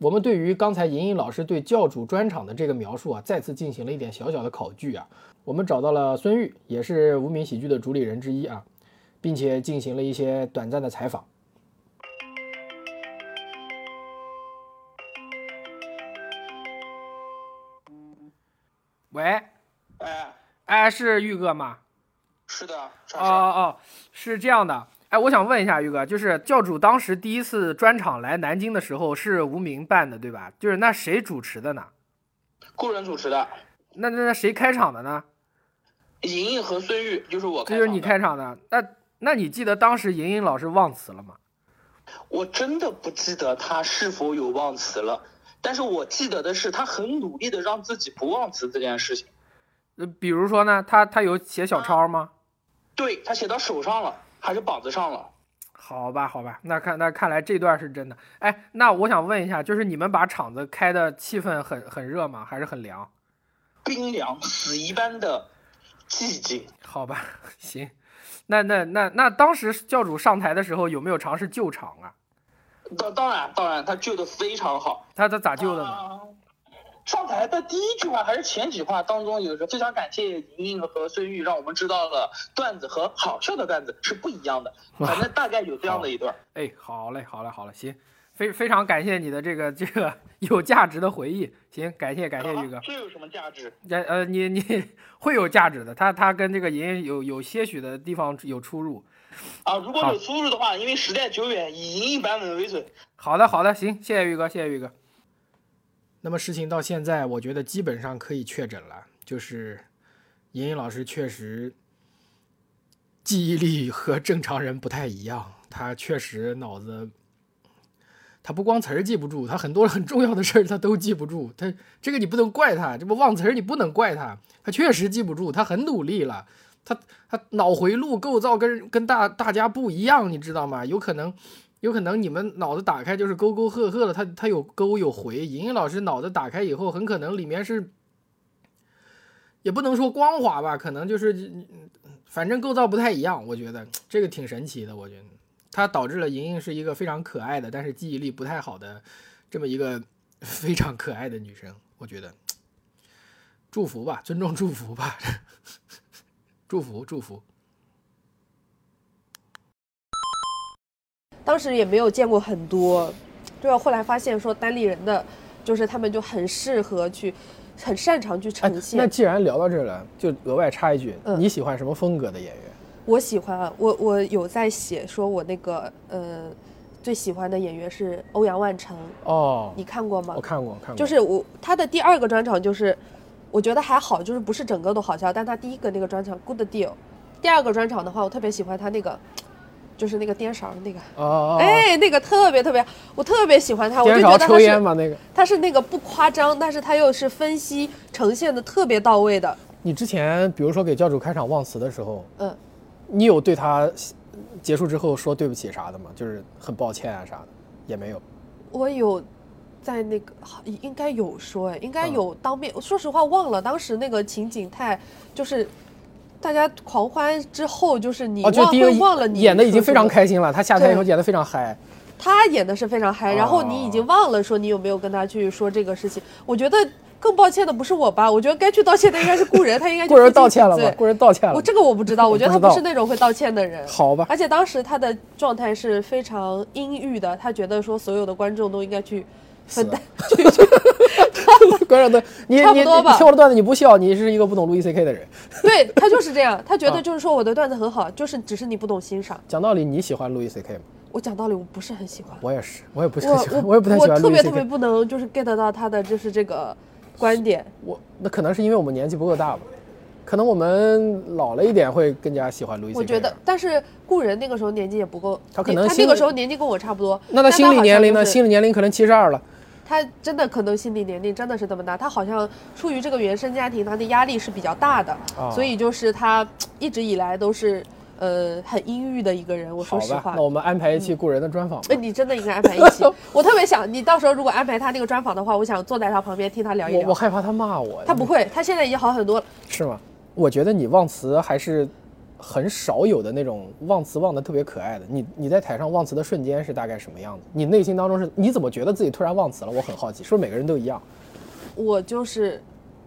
Speaker 7: 我们对于刚才莹莹老师对教主专场的这个描述啊，再次进行了一点小小的考据啊。我们找到了孙玉，也是无名喜剧的主理人之一啊，并且进行了一些短暂的采访。
Speaker 8: 喂，
Speaker 9: 哎，
Speaker 8: 哎，是玉哥吗？
Speaker 9: 是的，
Speaker 8: 哦
Speaker 9: 啥事儿？
Speaker 8: 哦，是这样的，哎，我想问一下玉哥，就是教主当时第一次专场来南京的时候是无名办的，对吧？就是那谁主持的呢？
Speaker 9: 故人主持的，
Speaker 8: 那那那谁开场的呢？
Speaker 9: 莹莹和孙玉就是我开
Speaker 8: 这就
Speaker 9: 场的，
Speaker 8: 是你开场的。那那你记得当时莹莹老师忘词了吗？
Speaker 9: 我真的不记得他是否有忘词了，但是我记得的是他很努力的让自己不忘词这件事情。
Speaker 8: 呃，比如说呢，他他有写小抄
Speaker 9: 啊
Speaker 8: 吗？
Speaker 9: 对他写到手上了，还是膀子上了？
Speaker 8: 好吧，好吧，那看那看来这段是真的。哎，那我想问一下，就是你们把场子开的气氛很很热吗？还是很凉？
Speaker 9: 冰凉死一般的寂静。
Speaker 8: 好吧， 行。那那那那当时教主上台的时候有没有尝试救场啊？
Speaker 9: 当当然当然，他救的非常好。
Speaker 8: 他他咋救的呢？
Speaker 9: 啊上台的第一句话还是前几话当中有着非常感谢莹莹和孙玉，让我们知道了段子和好笑的段子是不一 样的。反正大概有这样的一段。
Speaker 8: 哎，好嘞，好嘞，好嘞，行。非非常感谢你的这个这个 有价值的回忆，行，感谢感谢
Speaker 9: 啊
Speaker 8: 宇哥。
Speaker 9: 这有什么价值？
Speaker 8: 呃呃，你你 会有价值的，他他跟这个莹莹有有些许的地方有出入。
Speaker 9: 啊，如果
Speaker 8: 好
Speaker 9: 有出入的话，因为时代久远，以莹莹版本为准。
Speaker 8: 好的好的，行，谢谢宇哥，谢谢宇哥。
Speaker 7: 那么事情到现在，我觉得基本上可以确诊了，就是莹莹老师确实记忆力和正常人不太一样，她确实脑子，她不光词儿记不住，她很多很重要的事儿她都记不住，她这个你不能怪她，这不忘词儿你不能怪她，她确实记不住，她很努力了。她她脑回路构造跟跟大大家不一样，你知道吗？有可能有可能你们脑子打开就是沟沟壑壑的，它它有沟有回。莹莹老师脑子打开以后，很可能里面是，也不能说光滑吧，可能就是嗯反正构造不太一样。我觉得这个挺神奇的，我觉得它导致了莹莹是一个非常可爱的，但是记忆力不太好的这么一个 非常可爱的女生。我觉得祝福吧，尊重祝福吧， 祝福祝福。
Speaker 2: 当时也没有见过很多，对吧？后来发现说单立人的，就是他们就很适合去，很擅长去
Speaker 1: 哎
Speaker 2: 呈，现。
Speaker 1: 那既然聊到这儿了，就额外插一句，
Speaker 2: 嗯
Speaker 1: 你喜欢什么风格的演员？
Speaker 2: 我喜欢啊，我我有在写，说我那个呃最喜欢的演员是欧阳万成，
Speaker 1: 哦，
Speaker 2: 你看过吗
Speaker 1: 我？看过，看过，
Speaker 2: 就是我他的第二个专场就是，我觉得还好，就是不是整个都好笑，但他第一个那个专场 Good Deal，第二个专场的话，我特别喜欢他那个，就是那个颠勺那个，
Speaker 1: 哦哦，哦，
Speaker 2: 哎，那个特别特别，我特别喜欢他，我
Speaker 1: 颠
Speaker 2: 就
Speaker 1: 勺
Speaker 2: 觉得
Speaker 1: 抽
Speaker 2: 他
Speaker 1: 烟
Speaker 2: 是
Speaker 1: 嘛那个。
Speaker 2: 他是那个不夸张，但是他又是分析呈现的特别到位的，
Speaker 1: 你之前比如说给教主开场忘词的时候，
Speaker 2: 嗯。
Speaker 1: 你有对他结束之后说对不起啥的吗？就是很抱歉啊啥的，也没有。
Speaker 2: 我有在那个好应该有说哎，应
Speaker 1: 嗯
Speaker 2: 该有当面。说实话忘了当时那个情景太就是。大家狂欢之后，就是你
Speaker 1: 哦，
Speaker 2: 忘
Speaker 1: 就第一
Speaker 2: 会
Speaker 1: 个
Speaker 2: 忘了你
Speaker 1: 演的已经非
Speaker 2: 说什
Speaker 1: 常
Speaker 2: 么，哎
Speaker 1: 开心了，他下台以后演的非常嗨。
Speaker 2: 他演的是非常
Speaker 1: 哦
Speaker 2: 嗨，然后你已经忘了说你有没有跟他去说这个事情。我觉得更抱歉的不是我吧，我觉得该去道歉的应该是故人，他应 该去
Speaker 1: 过人
Speaker 2: 负荆
Speaker 1: 道歉了
Speaker 2: 请
Speaker 1: 吗
Speaker 2: 罪？
Speaker 1: 过人道歉了
Speaker 2: 我
Speaker 1: 吗。
Speaker 2: 这个我不知道，我觉得他
Speaker 1: 不知道
Speaker 2: 不是那种会道歉的人。
Speaker 1: 好吧
Speaker 2: 而且当时他的状态是非常阴郁的，他觉得说所有的观众都应该去分担，去去
Speaker 1: 观众的你你
Speaker 2: 差不
Speaker 1: 你
Speaker 2: 多吧
Speaker 1: 你听我的段子你不笑，你是一个不懂路易 C K 的人。
Speaker 2: 对他就是这样，他觉
Speaker 1: 啊
Speaker 2: 得就是说我的段子很好，就是只是你不懂欣赏。
Speaker 1: 讲道理，你喜欢路易 C K 吗？
Speaker 2: 我讲道理，我不是很喜欢。
Speaker 1: 我也是，我也不是
Speaker 2: 我
Speaker 1: 很喜欢，我也不太
Speaker 2: 我
Speaker 1: 喜欢
Speaker 2: 特
Speaker 1: 路易
Speaker 2: 别
Speaker 1: C
Speaker 2: 特别
Speaker 1: K。
Speaker 2: 不能就是 get 到他的就是这个观点。
Speaker 1: 我那可能是因为我们年纪不够大吧，可能我们老了一点会更加喜欢路易 C K。啊
Speaker 2: 我觉得，但是故人那个时候年纪也不够，
Speaker 1: 他可能
Speaker 2: 他
Speaker 1: 心
Speaker 2: 那
Speaker 1: 里
Speaker 2: 个时候年纪跟我差不多。
Speaker 1: 那他
Speaker 2: 但
Speaker 1: 心理
Speaker 2: 好像
Speaker 1: 年龄呢？
Speaker 2: 就是
Speaker 1: 心理年龄可能七十二了。
Speaker 2: 他真的可能心理年龄真的是这么大，他好像出于这个原生家庭，他的压力是比较大的，
Speaker 1: 啊
Speaker 2: 所以就是他嘖一直以来都是呃很阴郁的一个人。我
Speaker 1: 好
Speaker 2: 说实
Speaker 1: 吧，
Speaker 2: 话嗯
Speaker 1: 那，我们安排一期故人的专访吧。
Speaker 2: 哎，你真的应该安排一 期。我特别想你到时候如果安排他那个专访的话，我想坐在他旁边听他聊一
Speaker 1: 我我
Speaker 2: 聊。
Speaker 1: 害怕他骂我。
Speaker 2: 他不会，他现在已经好很多了。
Speaker 1: 是吗？我觉得你忘词还是很少有的那种忘词忘得特别可爱的。你你在台上忘词的瞬间是大概什么样子？你内心当中是你怎么觉得自己突然忘词了？我很好奇，是不是每个人都一样？
Speaker 2: 我就是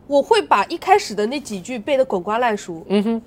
Speaker 2: 我会把一开始的那几句背得滚瓜烂熟，
Speaker 1: 嗯哼，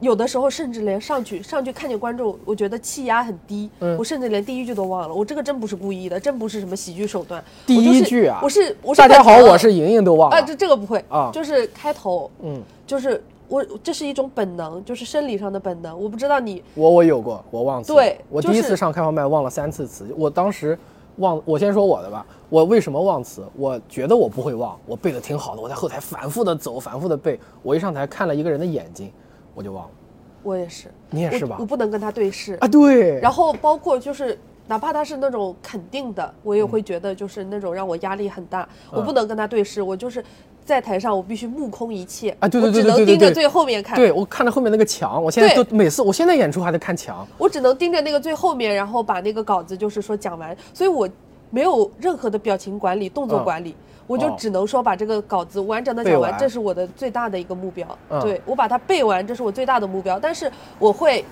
Speaker 2: 有的时候甚至连上去上去看见观众，我觉得气压很低，
Speaker 1: 嗯
Speaker 2: 我甚至连第一句都忘了。我这个真不是故意的，真不是什么喜剧手段。
Speaker 1: 第
Speaker 2: 我就
Speaker 1: 一
Speaker 2: 是
Speaker 1: 句啊
Speaker 2: 我是我是
Speaker 1: 大家好，
Speaker 2: 本能
Speaker 1: 我是莹莹，都忘
Speaker 2: 啊，
Speaker 1: 了
Speaker 2: 这。这个不会
Speaker 1: 啊
Speaker 2: 就是开头，
Speaker 1: 嗯，
Speaker 2: 就是我这是一种本能，就是生理上的本能。我不知道你
Speaker 1: 我我有过，我忘词。
Speaker 2: 对
Speaker 1: 我
Speaker 2: 就
Speaker 1: 第一
Speaker 2: 是
Speaker 1: 次上开放麦忘了三次词，我当时忘。我先说我的吧，我为什么忘词？我觉得我不会忘，我背的挺好的，我在后台反复的走，反复的背。我一上台看了一个人的眼睛，我就忘了。
Speaker 2: 我也是，
Speaker 1: 你也是吧
Speaker 2: 我？我不能跟他对视
Speaker 1: 啊，对。
Speaker 2: 然
Speaker 1: 后
Speaker 2: 后包括就是。哪怕他是那种肯定的，我也
Speaker 1: 嗯
Speaker 2: 会觉得就是那种让我压力很大，我不能跟他对视，我就是在台上我必须目空一切，
Speaker 1: 啊对对对
Speaker 2: 我只
Speaker 1: 对
Speaker 2: 能
Speaker 1: 对对
Speaker 2: 盯着
Speaker 1: 对
Speaker 2: 最后面看，
Speaker 1: 对我看着后面那个墙，我现在
Speaker 2: 对
Speaker 1: 都每次我现在演出还得看墙。
Speaker 2: 我只能盯着那个最后面，然后把那个稿子就是说讲完，所以我没有任何的表情管理、动作管理，我就
Speaker 1: 哦
Speaker 2: 只能说把这个稿子完整的
Speaker 1: 嗯背
Speaker 2: 讲完，
Speaker 1: 完
Speaker 2: 这是我的最大的一个目标。
Speaker 1: 嗯
Speaker 2: 对我把它背完，这是我最大的目标。但是我会，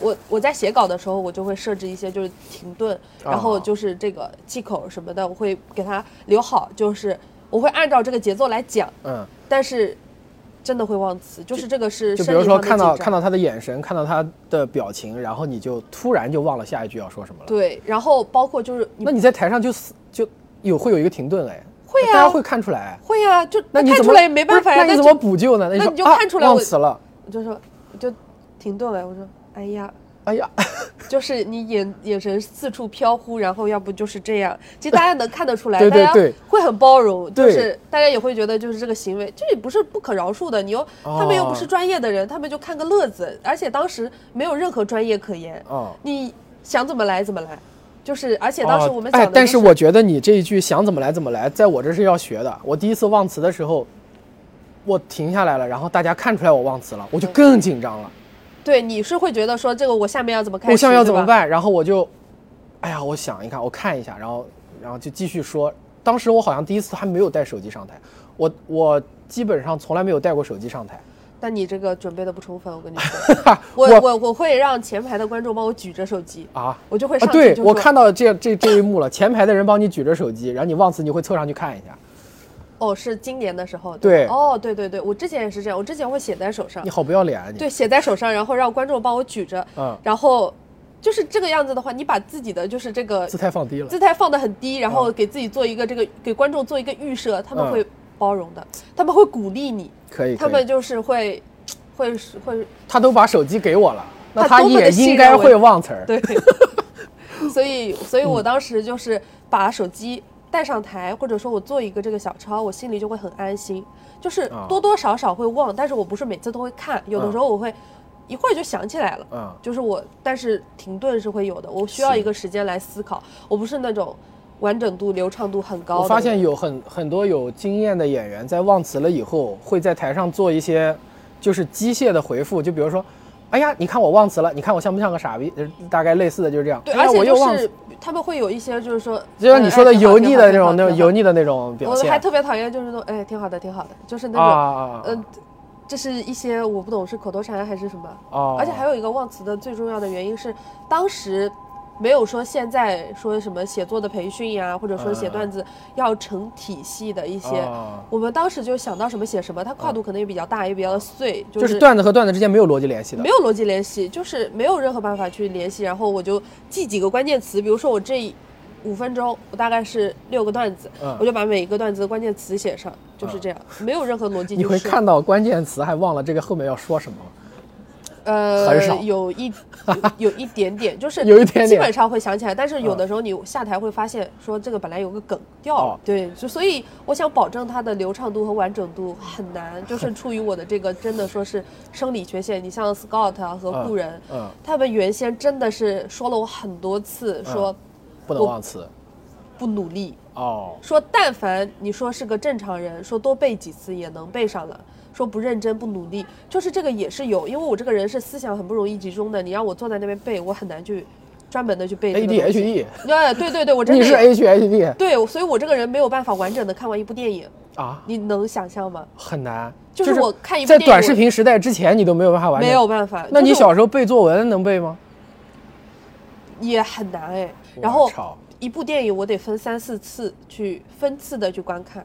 Speaker 2: 我我在写稿的时候，我就会设置一些就是停顿，然后
Speaker 1: 哦
Speaker 2: 就是这个气口什么的，我会给它留好，就是我会按照这个节奏来讲，
Speaker 1: 嗯，
Speaker 2: 但是。真的会忘词，就是这个是
Speaker 1: 就比
Speaker 2: 生理
Speaker 1: 如说
Speaker 2: 上的
Speaker 1: 看到
Speaker 2: 紧张
Speaker 1: 看到他的眼神，看到他的表情，然后你就突然就忘了下一句要说什么了。
Speaker 2: 对，然后包括就是你
Speaker 1: 那你在台上就死就有会有一个停顿哎，
Speaker 2: 会啊
Speaker 1: 大家会看出来。哎
Speaker 2: 会呀、就
Speaker 1: 那你
Speaker 2: 看
Speaker 1: 怎
Speaker 2: 出
Speaker 1: 么
Speaker 2: 来也没办法
Speaker 1: 不
Speaker 2: 呀、
Speaker 1: 是那你
Speaker 2: 就
Speaker 1: 怎么补救呢？
Speaker 2: 那
Speaker 1: 说
Speaker 2: 你就
Speaker 1: 啊
Speaker 2: 看出来
Speaker 1: 忘
Speaker 2: 我
Speaker 1: 词了。
Speaker 2: 我就说我就停顿了，我说哎呀，
Speaker 1: 哎 呀，
Speaker 2: 就是你眼眼神四处飘忽，然后要不就是这样，其实大家能看得出来，
Speaker 1: 对对
Speaker 2: 大
Speaker 1: 对
Speaker 2: 家会很包容，就
Speaker 1: 对
Speaker 2: 是大家也会觉得就是这个行为，这也不是不可饶恕的，你又
Speaker 1: 哦
Speaker 2: 他们又不是专业的人，他们就看个乐子，而且当时没有任何专业可言，
Speaker 1: 哦
Speaker 2: 你想怎么来怎么来，就是而且当时
Speaker 1: 哦
Speaker 2: 我们讲
Speaker 1: 哎
Speaker 2: 的，
Speaker 1: 但
Speaker 2: 就是
Speaker 1: 我觉得你这一句想怎么来怎么来，在我这是要学的。我第一次忘词的时候，我停下来了，然后大家看出来我忘词了，我就更
Speaker 2: 嗯
Speaker 1: 紧张了。
Speaker 2: 对你是会觉得说这个我下面要怎么开始，
Speaker 1: 我想要怎
Speaker 2: 对吧
Speaker 1: 么？办？然后我就，哎呀，我想一看，我看一下，然后然后就继续说。当时我好像第一次还没有带手机上台，我我基本上从来没有带过手机上台。
Speaker 2: 但你这个准备的不充分，我跟你说，我
Speaker 1: 我
Speaker 2: 我我会让前排的观众帮我举着手机
Speaker 1: 啊
Speaker 2: 我就会
Speaker 1: 啊，
Speaker 2: 上去
Speaker 1: 对
Speaker 2: 就说
Speaker 1: 我看到这这这一幕了，前排的人帮你举着手机，然后你忘词，你会凑上去看一下。
Speaker 2: 哦，是今年的时候
Speaker 1: 对
Speaker 2: 吧哦对对对，我之前也是这样，我之前会写在手上
Speaker 1: 你，好不要脸啊你！
Speaker 2: 对，写在手上，然后让观众帮我举着，
Speaker 1: 嗯
Speaker 2: 然后就是这个样子的话，你把自己的就是这个
Speaker 1: 姿态啊放低了
Speaker 2: 姿。态放得很低，然后给自己做一个这个给观众做一个预设，他们
Speaker 1: 嗯
Speaker 2: 会包容的，他们会鼓励你，
Speaker 1: 可以，
Speaker 2: 他
Speaker 1: 可以
Speaker 2: 们就是会会会
Speaker 1: 他都把手机给我了，那
Speaker 2: 他
Speaker 1: 他
Speaker 2: 多么地
Speaker 1: 也
Speaker 2: 信
Speaker 1: 应
Speaker 2: 任
Speaker 1: 该
Speaker 2: 我
Speaker 1: 会忘词儿。
Speaker 2: 对，所以所以我当时就是把手机带上台，或者说我做一个这个小抄，我心里就会很安心。就是
Speaker 1: 啊
Speaker 2: 多多少少会忘，但是我不是每次都会看，有的时候我会一会儿就想起来了。
Speaker 1: 嗯
Speaker 2: 就是我，但是停顿是会有的，我需要一个时间来思考。我不是那种完整度、流畅度很高的。
Speaker 1: 我发现有很很多有经验的演员在忘词了以后，会在台上做一些就是机械的回复，就比如说，哎呀，你看我忘词了，你看我像不像个傻逼？呃大概类似的就是这样。
Speaker 2: 对，
Speaker 1: 哎
Speaker 2: 而
Speaker 1: 呀，
Speaker 2: 且
Speaker 1: 我又
Speaker 2: 就
Speaker 1: 忘词
Speaker 2: 是，他们会有一些就是说，
Speaker 1: 就像你说的
Speaker 2: 嗯哎挺好
Speaker 1: 油腻的那
Speaker 2: 挺好
Speaker 1: 种、那种
Speaker 2: 挺好
Speaker 1: 油腻的那种表
Speaker 2: 我还
Speaker 1: 现。
Speaker 2: 特别讨厌就是那种，哎，挺好的，挺好的，就是那
Speaker 1: 啊
Speaker 2: 种，
Speaker 1: 啊啊
Speaker 2: 嗯，这是一些我不懂是口头禅还是什么，
Speaker 1: 哦
Speaker 2: 而且还有一个忘词的最重要的原因是，当时没有说现在说什么写作的培训呀，或者说写段子要成体系的一些，
Speaker 1: 嗯哦
Speaker 2: 我们当时就想到什么写什么，它跨度可能也比较大，也比较碎，
Speaker 1: 嗯就是是段子和段子之间没有逻辑联系的
Speaker 2: 没。有逻辑联系，就是没有任何办法去联系。然后我就记几个关键词，比如说我这五分钟，我大概是六个段子，
Speaker 1: 嗯
Speaker 2: 我就把每一个段子的关键词写上，就是这样，没有任何逻辑。
Speaker 1: 你会
Speaker 2: 就是
Speaker 1: 看到关键词，还忘了这个后面要说什么了。
Speaker 2: 呃，
Speaker 1: 很少
Speaker 2: 有一有有一点点， 就是
Speaker 1: 有一点点
Speaker 2: 基本上会想起来，但是有的时候你下台会发现说这个本来有个梗掉了，
Speaker 1: 哦
Speaker 2: 对，就所以我想保证它的流畅度和完整度很难，就是出于我的这个 真的说是生理缺陷。你像 Scott 啊和故人，
Speaker 1: 嗯嗯
Speaker 2: 他们原先真的是说了我很多次，说
Speaker 1: 不能
Speaker 2: 我
Speaker 1: 忘词
Speaker 2: 不努力，
Speaker 1: 哦。
Speaker 2: 说但凡你说是个正常人，说多背几次也能背上了。说不认真不努力，就是这个也是有，因为我这个人是思想很不容易集中的，你让我坐在那边背，我很难去专门的去背这个东
Speaker 1: A D
Speaker 2: 西。
Speaker 1: H E，
Speaker 2: 对对对对，我真
Speaker 1: 你
Speaker 2: 的
Speaker 1: 是 H H E D
Speaker 2: 对，所以我这个人没有办法完整的看完一部电影，
Speaker 1: 啊，
Speaker 2: 你能想象吗？
Speaker 1: 很难。
Speaker 2: 就是我看一部
Speaker 1: 在
Speaker 2: 电影
Speaker 1: 短视频时代之前，你都没有办法完
Speaker 2: 没
Speaker 1: 整
Speaker 2: 有办法。
Speaker 1: 那你
Speaker 2: 就是
Speaker 1: 小时候背作文能背吗？
Speaker 2: 也很难哎，
Speaker 1: 我
Speaker 2: 然后
Speaker 1: 操
Speaker 2: 一部电影我得分三四次去分次的去观看，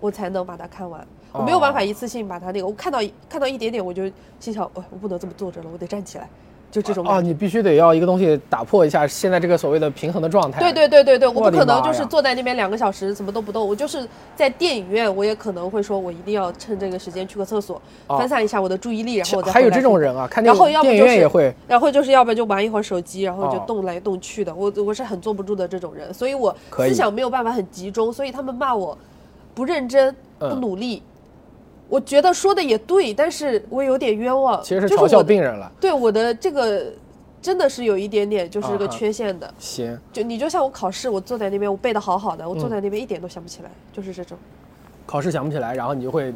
Speaker 2: 我才能把它看完。我没有
Speaker 1: 哦
Speaker 2: 办法一次性把它那个，我看到一看到一点点，我就心想，哦，我不能这么坐着了，我得站起来，就这种
Speaker 1: 啊，
Speaker 2: 感觉。
Speaker 1: 你必须得要一个东西打破一下现在这个所谓的平衡的状态。
Speaker 2: 对对对对对，我
Speaker 1: 我
Speaker 2: 不
Speaker 1: 的
Speaker 2: 可能
Speaker 1: 妈
Speaker 2: 就是
Speaker 1: 呀
Speaker 2: 坐在那边两个小时怎么都不动，我就是在电影院，我也可能会说，我一定要趁这个时间去个厕所，
Speaker 1: 啊
Speaker 2: 分散一下我的注意力，然后我再
Speaker 1: 还有
Speaker 2: 回来
Speaker 1: 这种
Speaker 2: 看
Speaker 1: 人啊，看电
Speaker 2: 然后
Speaker 1: 影
Speaker 2: 要不
Speaker 1: 电影
Speaker 2: 就
Speaker 1: 院
Speaker 2: 是
Speaker 1: 也会
Speaker 2: 然后就是要不然就玩一会儿手机，然后就
Speaker 1: 哦
Speaker 2: 动来动去的。我我是很坐不住的这种人，所以我
Speaker 1: 可以
Speaker 2: 思想没有办法很集中，所以他们骂我不认真、不
Speaker 1: 嗯
Speaker 2: 努力，我觉得说的也对，但是我有点冤枉。
Speaker 1: 其实是
Speaker 2: 就是
Speaker 1: 嘲
Speaker 2: 我
Speaker 1: 笑
Speaker 2: 的
Speaker 1: 病人了。
Speaker 2: 对我的这个真的是有一点点就是个
Speaker 1: 啊哈
Speaker 2: 缺陷的。
Speaker 1: 行，
Speaker 2: 就你就像我考试，我坐在那边，我背的好好的，我
Speaker 1: 嗯
Speaker 2: 坐在那边一点都想不起来，就是这种。
Speaker 1: 考试想不起来，然后你就会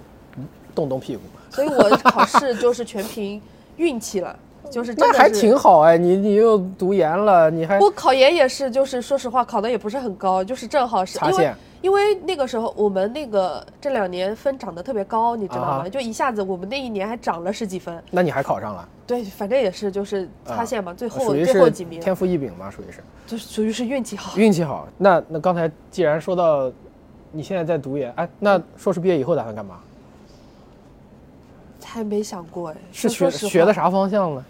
Speaker 1: 动动屁股，
Speaker 2: 所以我考试就是全凭运气了，就是真
Speaker 1: 那
Speaker 2: 的
Speaker 1: 还
Speaker 2: 是
Speaker 1: 挺好哎。你你又读研了，你还
Speaker 2: 我考研也是，就是说实话，考的也不是很高，就是正好是
Speaker 1: 插
Speaker 2: 因为
Speaker 1: 线
Speaker 2: 因为那个时候我们那个这两年分涨得特别高，你知道
Speaker 1: 啊
Speaker 2: 吗？
Speaker 1: 哈
Speaker 2: 就一下子我们那一年还涨了十几分，
Speaker 1: 那你还考上了，
Speaker 2: 对，反正也是就是擦线嘛，最后
Speaker 1: 啊属于
Speaker 2: 最后
Speaker 1: 是
Speaker 2: 几名，
Speaker 1: 天赋异禀嘛，属于是
Speaker 2: 就属于是运气好。
Speaker 1: 运气好。那那刚才既然说到你现在在读研，哎，那硕士毕业以后打算干嘛？
Speaker 2: 还没想过哎，
Speaker 1: 是
Speaker 2: 说
Speaker 1: 学
Speaker 2: 实话
Speaker 1: 学的？啥方向呢？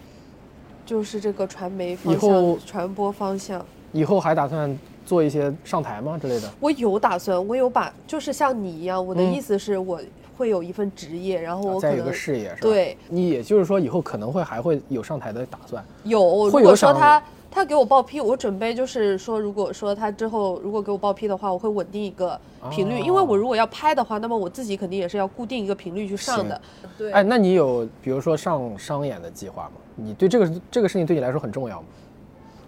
Speaker 2: 就是这个传媒方
Speaker 1: 以后
Speaker 2: 向、传播方向。
Speaker 1: 以后还打算做一些上台吗之类的？
Speaker 2: 我有打算，我有把，就是像你一样，我的
Speaker 1: 嗯
Speaker 2: 意思是我会有一份职业，然后
Speaker 1: 啊
Speaker 2: 我可
Speaker 1: 再有
Speaker 2: 能
Speaker 1: 个事业是吧？
Speaker 2: 对，
Speaker 1: 你也就是说以后可能会还会有上台的打算。
Speaker 2: 有，
Speaker 1: 会
Speaker 2: 如果
Speaker 1: 有
Speaker 2: 说
Speaker 1: 想
Speaker 2: 他他给我报批，我准备就是说，如果说他之后如果给我报批的话，我会稳定一个频率，因为
Speaker 1: 哦
Speaker 2: 我如果要拍的话，那么我自己肯定也是要固定一个频率去上的。对，
Speaker 1: 哎，那你有比如说上商演的计划吗？你对这个这个事情对你来说很重要吗？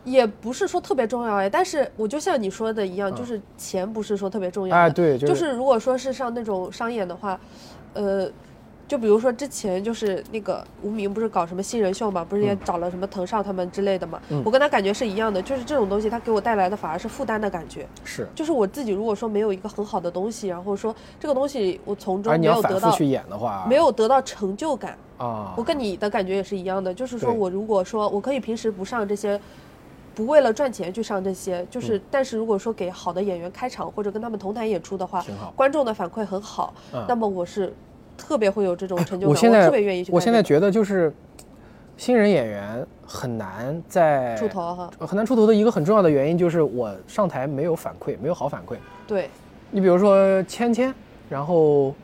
Speaker 2: 也不是说特别重要哎，但是我就像你说的一样，就是钱不是说特别重要
Speaker 1: 嗯
Speaker 2: 的。
Speaker 1: 哎对就
Speaker 2: 就是是如果说是上那种商演的话，呃。就比如说之前就是那个无名不是搞什么新人秀嘛，不
Speaker 1: 嗯
Speaker 2: 是也找了什么藤上他们之类的嘛？我跟他感觉是一样的，就是这种东西它给我带来的反而是负担的感觉。
Speaker 1: 是，
Speaker 2: 就是我自己如果说没有一个很好的东西，然后说这个东西我从
Speaker 1: 而
Speaker 2: 中
Speaker 1: 你
Speaker 2: 没
Speaker 1: 要
Speaker 2: 有
Speaker 1: 反
Speaker 2: 得
Speaker 1: 复
Speaker 2: 到
Speaker 1: 去演的话，
Speaker 2: 没有得到成就感，
Speaker 1: 啊
Speaker 2: 我跟你的感觉也是一样的，就是说
Speaker 1: 对
Speaker 2: 我如果说我可以平时不上这些。不为了赚钱去上这些，就是、
Speaker 1: 嗯
Speaker 2: 但是如果说给好的演员开场或者跟他们同台演出的话
Speaker 1: 挺好，
Speaker 2: 观众的反馈很好，
Speaker 1: 嗯哎
Speaker 2: 那么我是特别会有这种成就感，
Speaker 1: 我现
Speaker 2: 特
Speaker 1: 在
Speaker 2: 别愿意去干这个。
Speaker 1: 我现在觉得就是新人演员很难在呃
Speaker 2: 出头哈，
Speaker 1: 很难出头的一个很重要的原因就是我上台没有反馈，没有好反馈。
Speaker 2: 对
Speaker 1: 你比如说芊芊，然后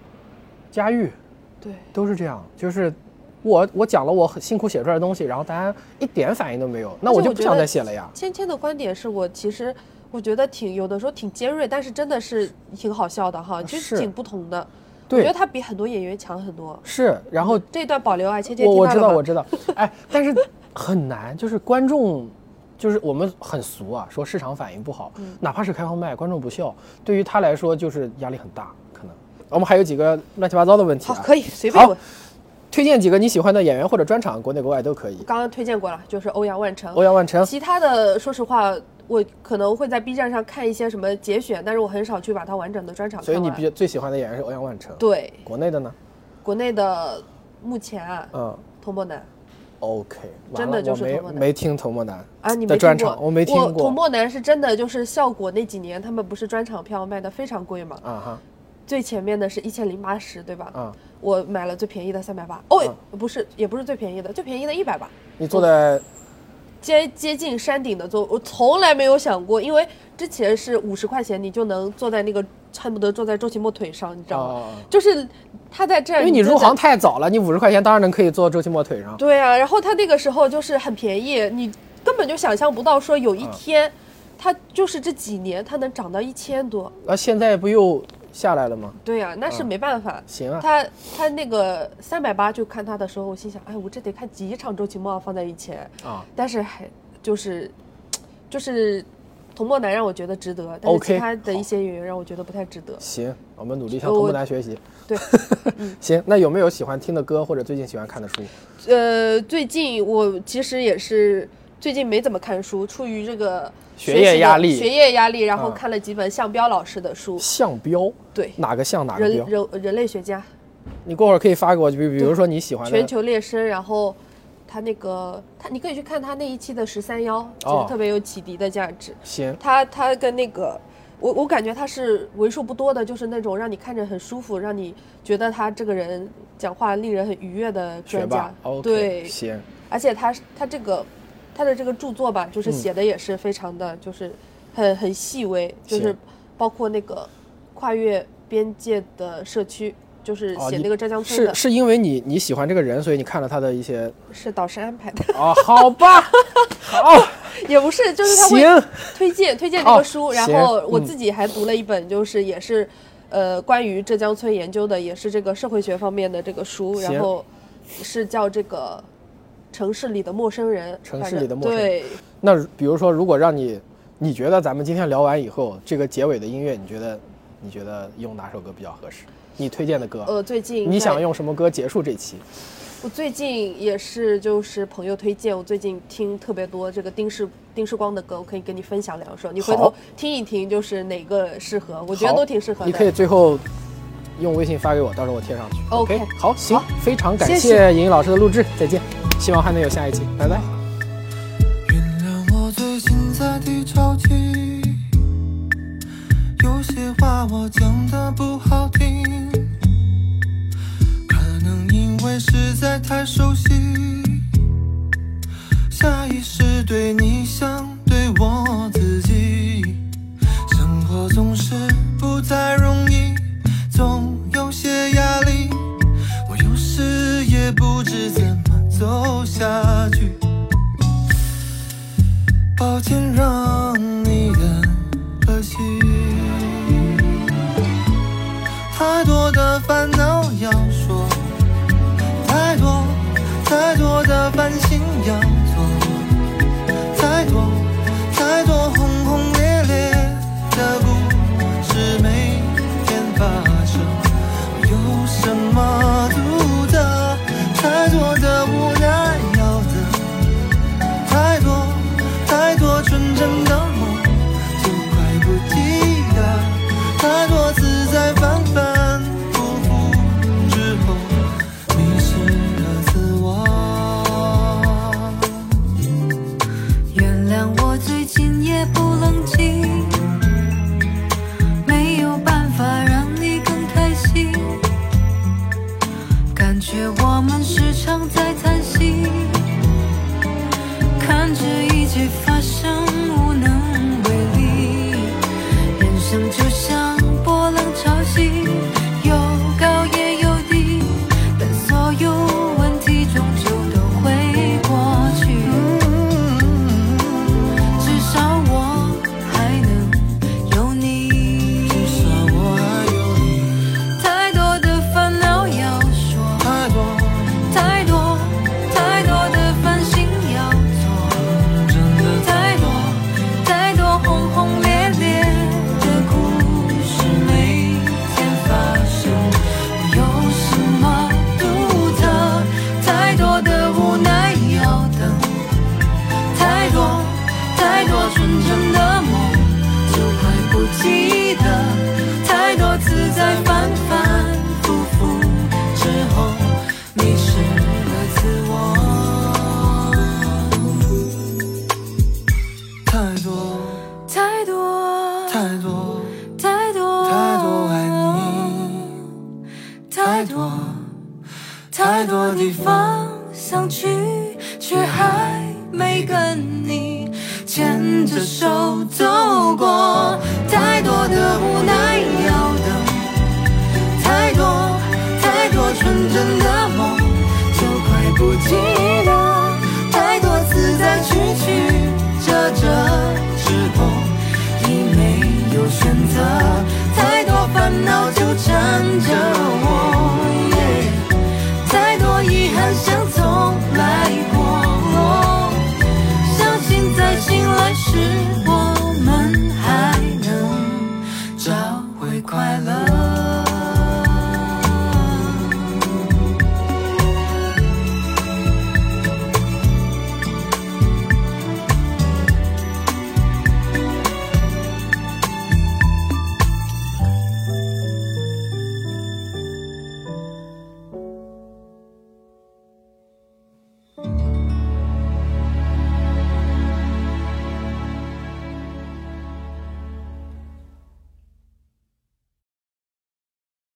Speaker 1: 佳玉，
Speaker 2: 对，
Speaker 1: 都是这样，就是我我讲了我很辛苦写出来的东西，然后大家一点反应都没有，那我就不想再写了呀。
Speaker 2: 芊芊的观点是我其实我觉得挺有的时候挺尖锐，但是真的是挺好笑的哈，其实
Speaker 1: 是
Speaker 2: 挺不同的。我觉
Speaker 1: 对
Speaker 2: 得，他比很多演员强很多。
Speaker 1: 是，然后
Speaker 2: 这段保留啊，芊芊
Speaker 1: 我我
Speaker 2: 听到
Speaker 1: 知
Speaker 2: 了
Speaker 1: 道
Speaker 2: 吗
Speaker 1: 我知道，哎，但是很难，就是观众。就是我们很俗啊，说市场反应不好，
Speaker 2: 嗯
Speaker 1: 哪怕是开放麦，观众不笑，对于他来说就是压力很大，可能。我们还有几个乱七八糟的问题
Speaker 2: 好，
Speaker 1: 啊，
Speaker 2: 哦可以随便
Speaker 1: 好
Speaker 2: 问。
Speaker 1: 推荐几个你喜欢的演员或者专场，国内国外都可以。
Speaker 2: 刚刚推荐过了，就是欧阳万成。
Speaker 1: 欧阳万成，
Speaker 2: 其他的，说实话，我可能会在 B 站上看一些什么节选，但是我很少去把它完整的专场看
Speaker 1: 所以
Speaker 2: 完。
Speaker 1: 你比较最喜欢的演员是欧阳万成。，
Speaker 2: 对
Speaker 1: 国内的呢？
Speaker 2: 国内的目前啊，
Speaker 1: 嗯
Speaker 2: 童漠男
Speaker 1: ，OK，完
Speaker 2: 真
Speaker 1: 了
Speaker 2: 的就
Speaker 1: 我
Speaker 2: 是
Speaker 1: 没
Speaker 2: 童梦男
Speaker 1: 没听童漠男
Speaker 2: 啊，你
Speaker 1: 的
Speaker 2: 没听
Speaker 1: 专
Speaker 2: 过
Speaker 1: 场，我没听过
Speaker 2: 童漠男是真的，就是效果那几年他们不是专场票卖的非常贵嘛，
Speaker 1: 啊
Speaker 2: 最前面的是一千零八十，对吧？
Speaker 1: 哈啊！
Speaker 2: 我买了最便宜的三百八，哦，不是，也不是最便宜的，最便宜的一百八。
Speaker 1: 你坐在
Speaker 2: 接接近山顶的座位，我从来没有想过，因为之前是五十块钱你就能坐在那个恨不得坐在周奇墨腿上，你知道吗？
Speaker 1: 哦
Speaker 2: 就是他在这儿，
Speaker 1: 因为你
Speaker 2: 就
Speaker 1: 入
Speaker 2: 在
Speaker 1: 行。太早了，你五十块钱当然能可以坐周奇墨腿上。
Speaker 2: 对啊，然后他那个时候就是很便宜，你根本就想象不到说有一
Speaker 1: 啊
Speaker 2: 天，他就是这几年他能涨到一千多。
Speaker 1: 啊，现在不又下来了吗？
Speaker 2: 对啊，那是没办法。
Speaker 1: 嗯行啊，
Speaker 2: 他他那个三百八就看他的时候，我心想，哎，我这得看几场周奇墨啊放在以前
Speaker 1: 啊，
Speaker 2: 但是还就是就是童漠男让我觉得值得，但是
Speaker 1: OK，
Speaker 2: 其他的一些演员让我觉得不太值得。
Speaker 1: 行，我们努力向童
Speaker 2: 我
Speaker 1: 漠男学习。
Speaker 2: 对，
Speaker 1: 行，那有没有喜欢听的歌或者最近喜欢看的书？
Speaker 2: 呃，最近我其实也是最近没怎么看书，出于这个
Speaker 1: 学
Speaker 2: 习
Speaker 1: 业
Speaker 2: 的
Speaker 1: 压力
Speaker 2: 学业压力，然后
Speaker 1: 啊
Speaker 2: 看了几本项彪老师的书，
Speaker 1: 项标，
Speaker 2: 对，
Speaker 1: 哪个项哪个
Speaker 2: 人
Speaker 1: 标？
Speaker 2: 人人类学家
Speaker 1: 你过会儿可以发给我，就比比如说你喜欢
Speaker 2: 全
Speaker 1: 的。
Speaker 2: 球猎身，然后。他那个，他你可以去看他那一期的十三幺，其
Speaker 1: 哦
Speaker 2: 实特别有启迪的价值。
Speaker 1: 行，
Speaker 2: 他他跟那个我我感觉他是为数不多的，就是那种让你看着很舒服，让你觉得他这个人讲话令人很愉悦的
Speaker 1: 学
Speaker 2: 专
Speaker 1: 霸
Speaker 2: 家。
Speaker 1: ，OK，
Speaker 2: 对，
Speaker 1: 行，
Speaker 2: 而且他他这个他的这个著作吧，就是
Speaker 1: 嗯
Speaker 2: 写的也是非常的，就是很很细微，就是
Speaker 1: 是
Speaker 2: 包括那个跨越边界的社区，就是
Speaker 1: 哦
Speaker 2: 写
Speaker 1: 你
Speaker 2: 那个浙江村的，
Speaker 1: 是是因为你你喜欢这个人，所以你看了他的一 些
Speaker 2: 是导师安排的，
Speaker 1: 啊，好吧，好，
Speaker 2: 也不是，就是他会
Speaker 1: 行，
Speaker 2: 推荐推荐这
Speaker 1: 哦
Speaker 2: 个书，然
Speaker 1: 行
Speaker 2: 后我
Speaker 1: 嗯
Speaker 2: 自己还读了一本，就是也是，呃，关于浙江村研究的，也是这个社会学方面的这个书，
Speaker 1: 行
Speaker 2: 然后是叫这个《城市里的陌生人》，
Speaker 1: 城
Speaker 2: 反
Speaker 1: 市
Speaker 2: 正
Speaker 1: 里的陌生人
Speaker 2: 对，
Speaker 1: 那比如说，如果让你，你觉得咱们今天聊完以后，这个结尾的音乐，你觉得你觉得用哪首歌比较合适？你推荐的歌，
Speaker 2: 呃，最近
Speaker 1: 你
Speaker 2: 在
Speaker 1: 想用什么歌结束这期？
Speaker 2: 我最近也是就是朋友推荐，我最近听特别多这个丁世丁世光的歌，我可以跟你分享两首，你回
Speaker 1: 好
Speaker 2: 头听一听，就是哪个适合，我觉得
Speaker 1: 好
Speaker 2: 都挺适合的。
Speaker 1: 你可以最后用微信发给我，到时候我贴上去。
Speaker 2: OK
Speaker 1: 好，行，非常感
Speaker 2: 谢谢
Speaker 1: 谢莹老师的录制，再见，希望还能有下一期，拜拜。
Speaker 10: 原谅我最近在低潮期，有些话我讲的不好听，可能因为实在太熟悉，下意识对你像对我自己。生活总是不太容易，总有些压力，我有时也不知怎么走下去。抱歉让你很可惜，太多的烦恼要说，太多太多的烦心要做，太多太多轰轰烈烈的故事每天发生，有什么独特？太多的无奈要等。太多太多纯真的梦，就快不记得。太多次在反反复复之后，迷失了自我。
Speaker 11: 原谅我最近也不冷静，没有办法让你更开心。感觉我们时常在叹息，看着一切发生，无能为力。人生就像波浪潮汐，有高也有低，但所有问题终究都会过去。至少我还能有你，
Speaker 10: 至少我还有你，
Speaker 11: 太多的烦恼要说，
Speaker 10: 太多
Speaker 11: 太多太多的烦心要做，
Speaker 10: 真的
Speaker 11: 太多太多轰轰烈烈的故事每天发生，有什么独特？太多的无奈要等。太多太多纯真的梦，就快不记得。太多次在反反复复之后，迷失了自我。
Speaker 10: 太多
Speaker 11: 太多
Speaker 10: 太多
Speaker 11: 太多
Speaker 10: 太多爱你，
Speaker 11: 太多太多地方想去，却还没跟你牵着手走过。太多的无奈要等，太多太多纯真的梦就快不记得，太多次在曲曲折折之后，已没有选择。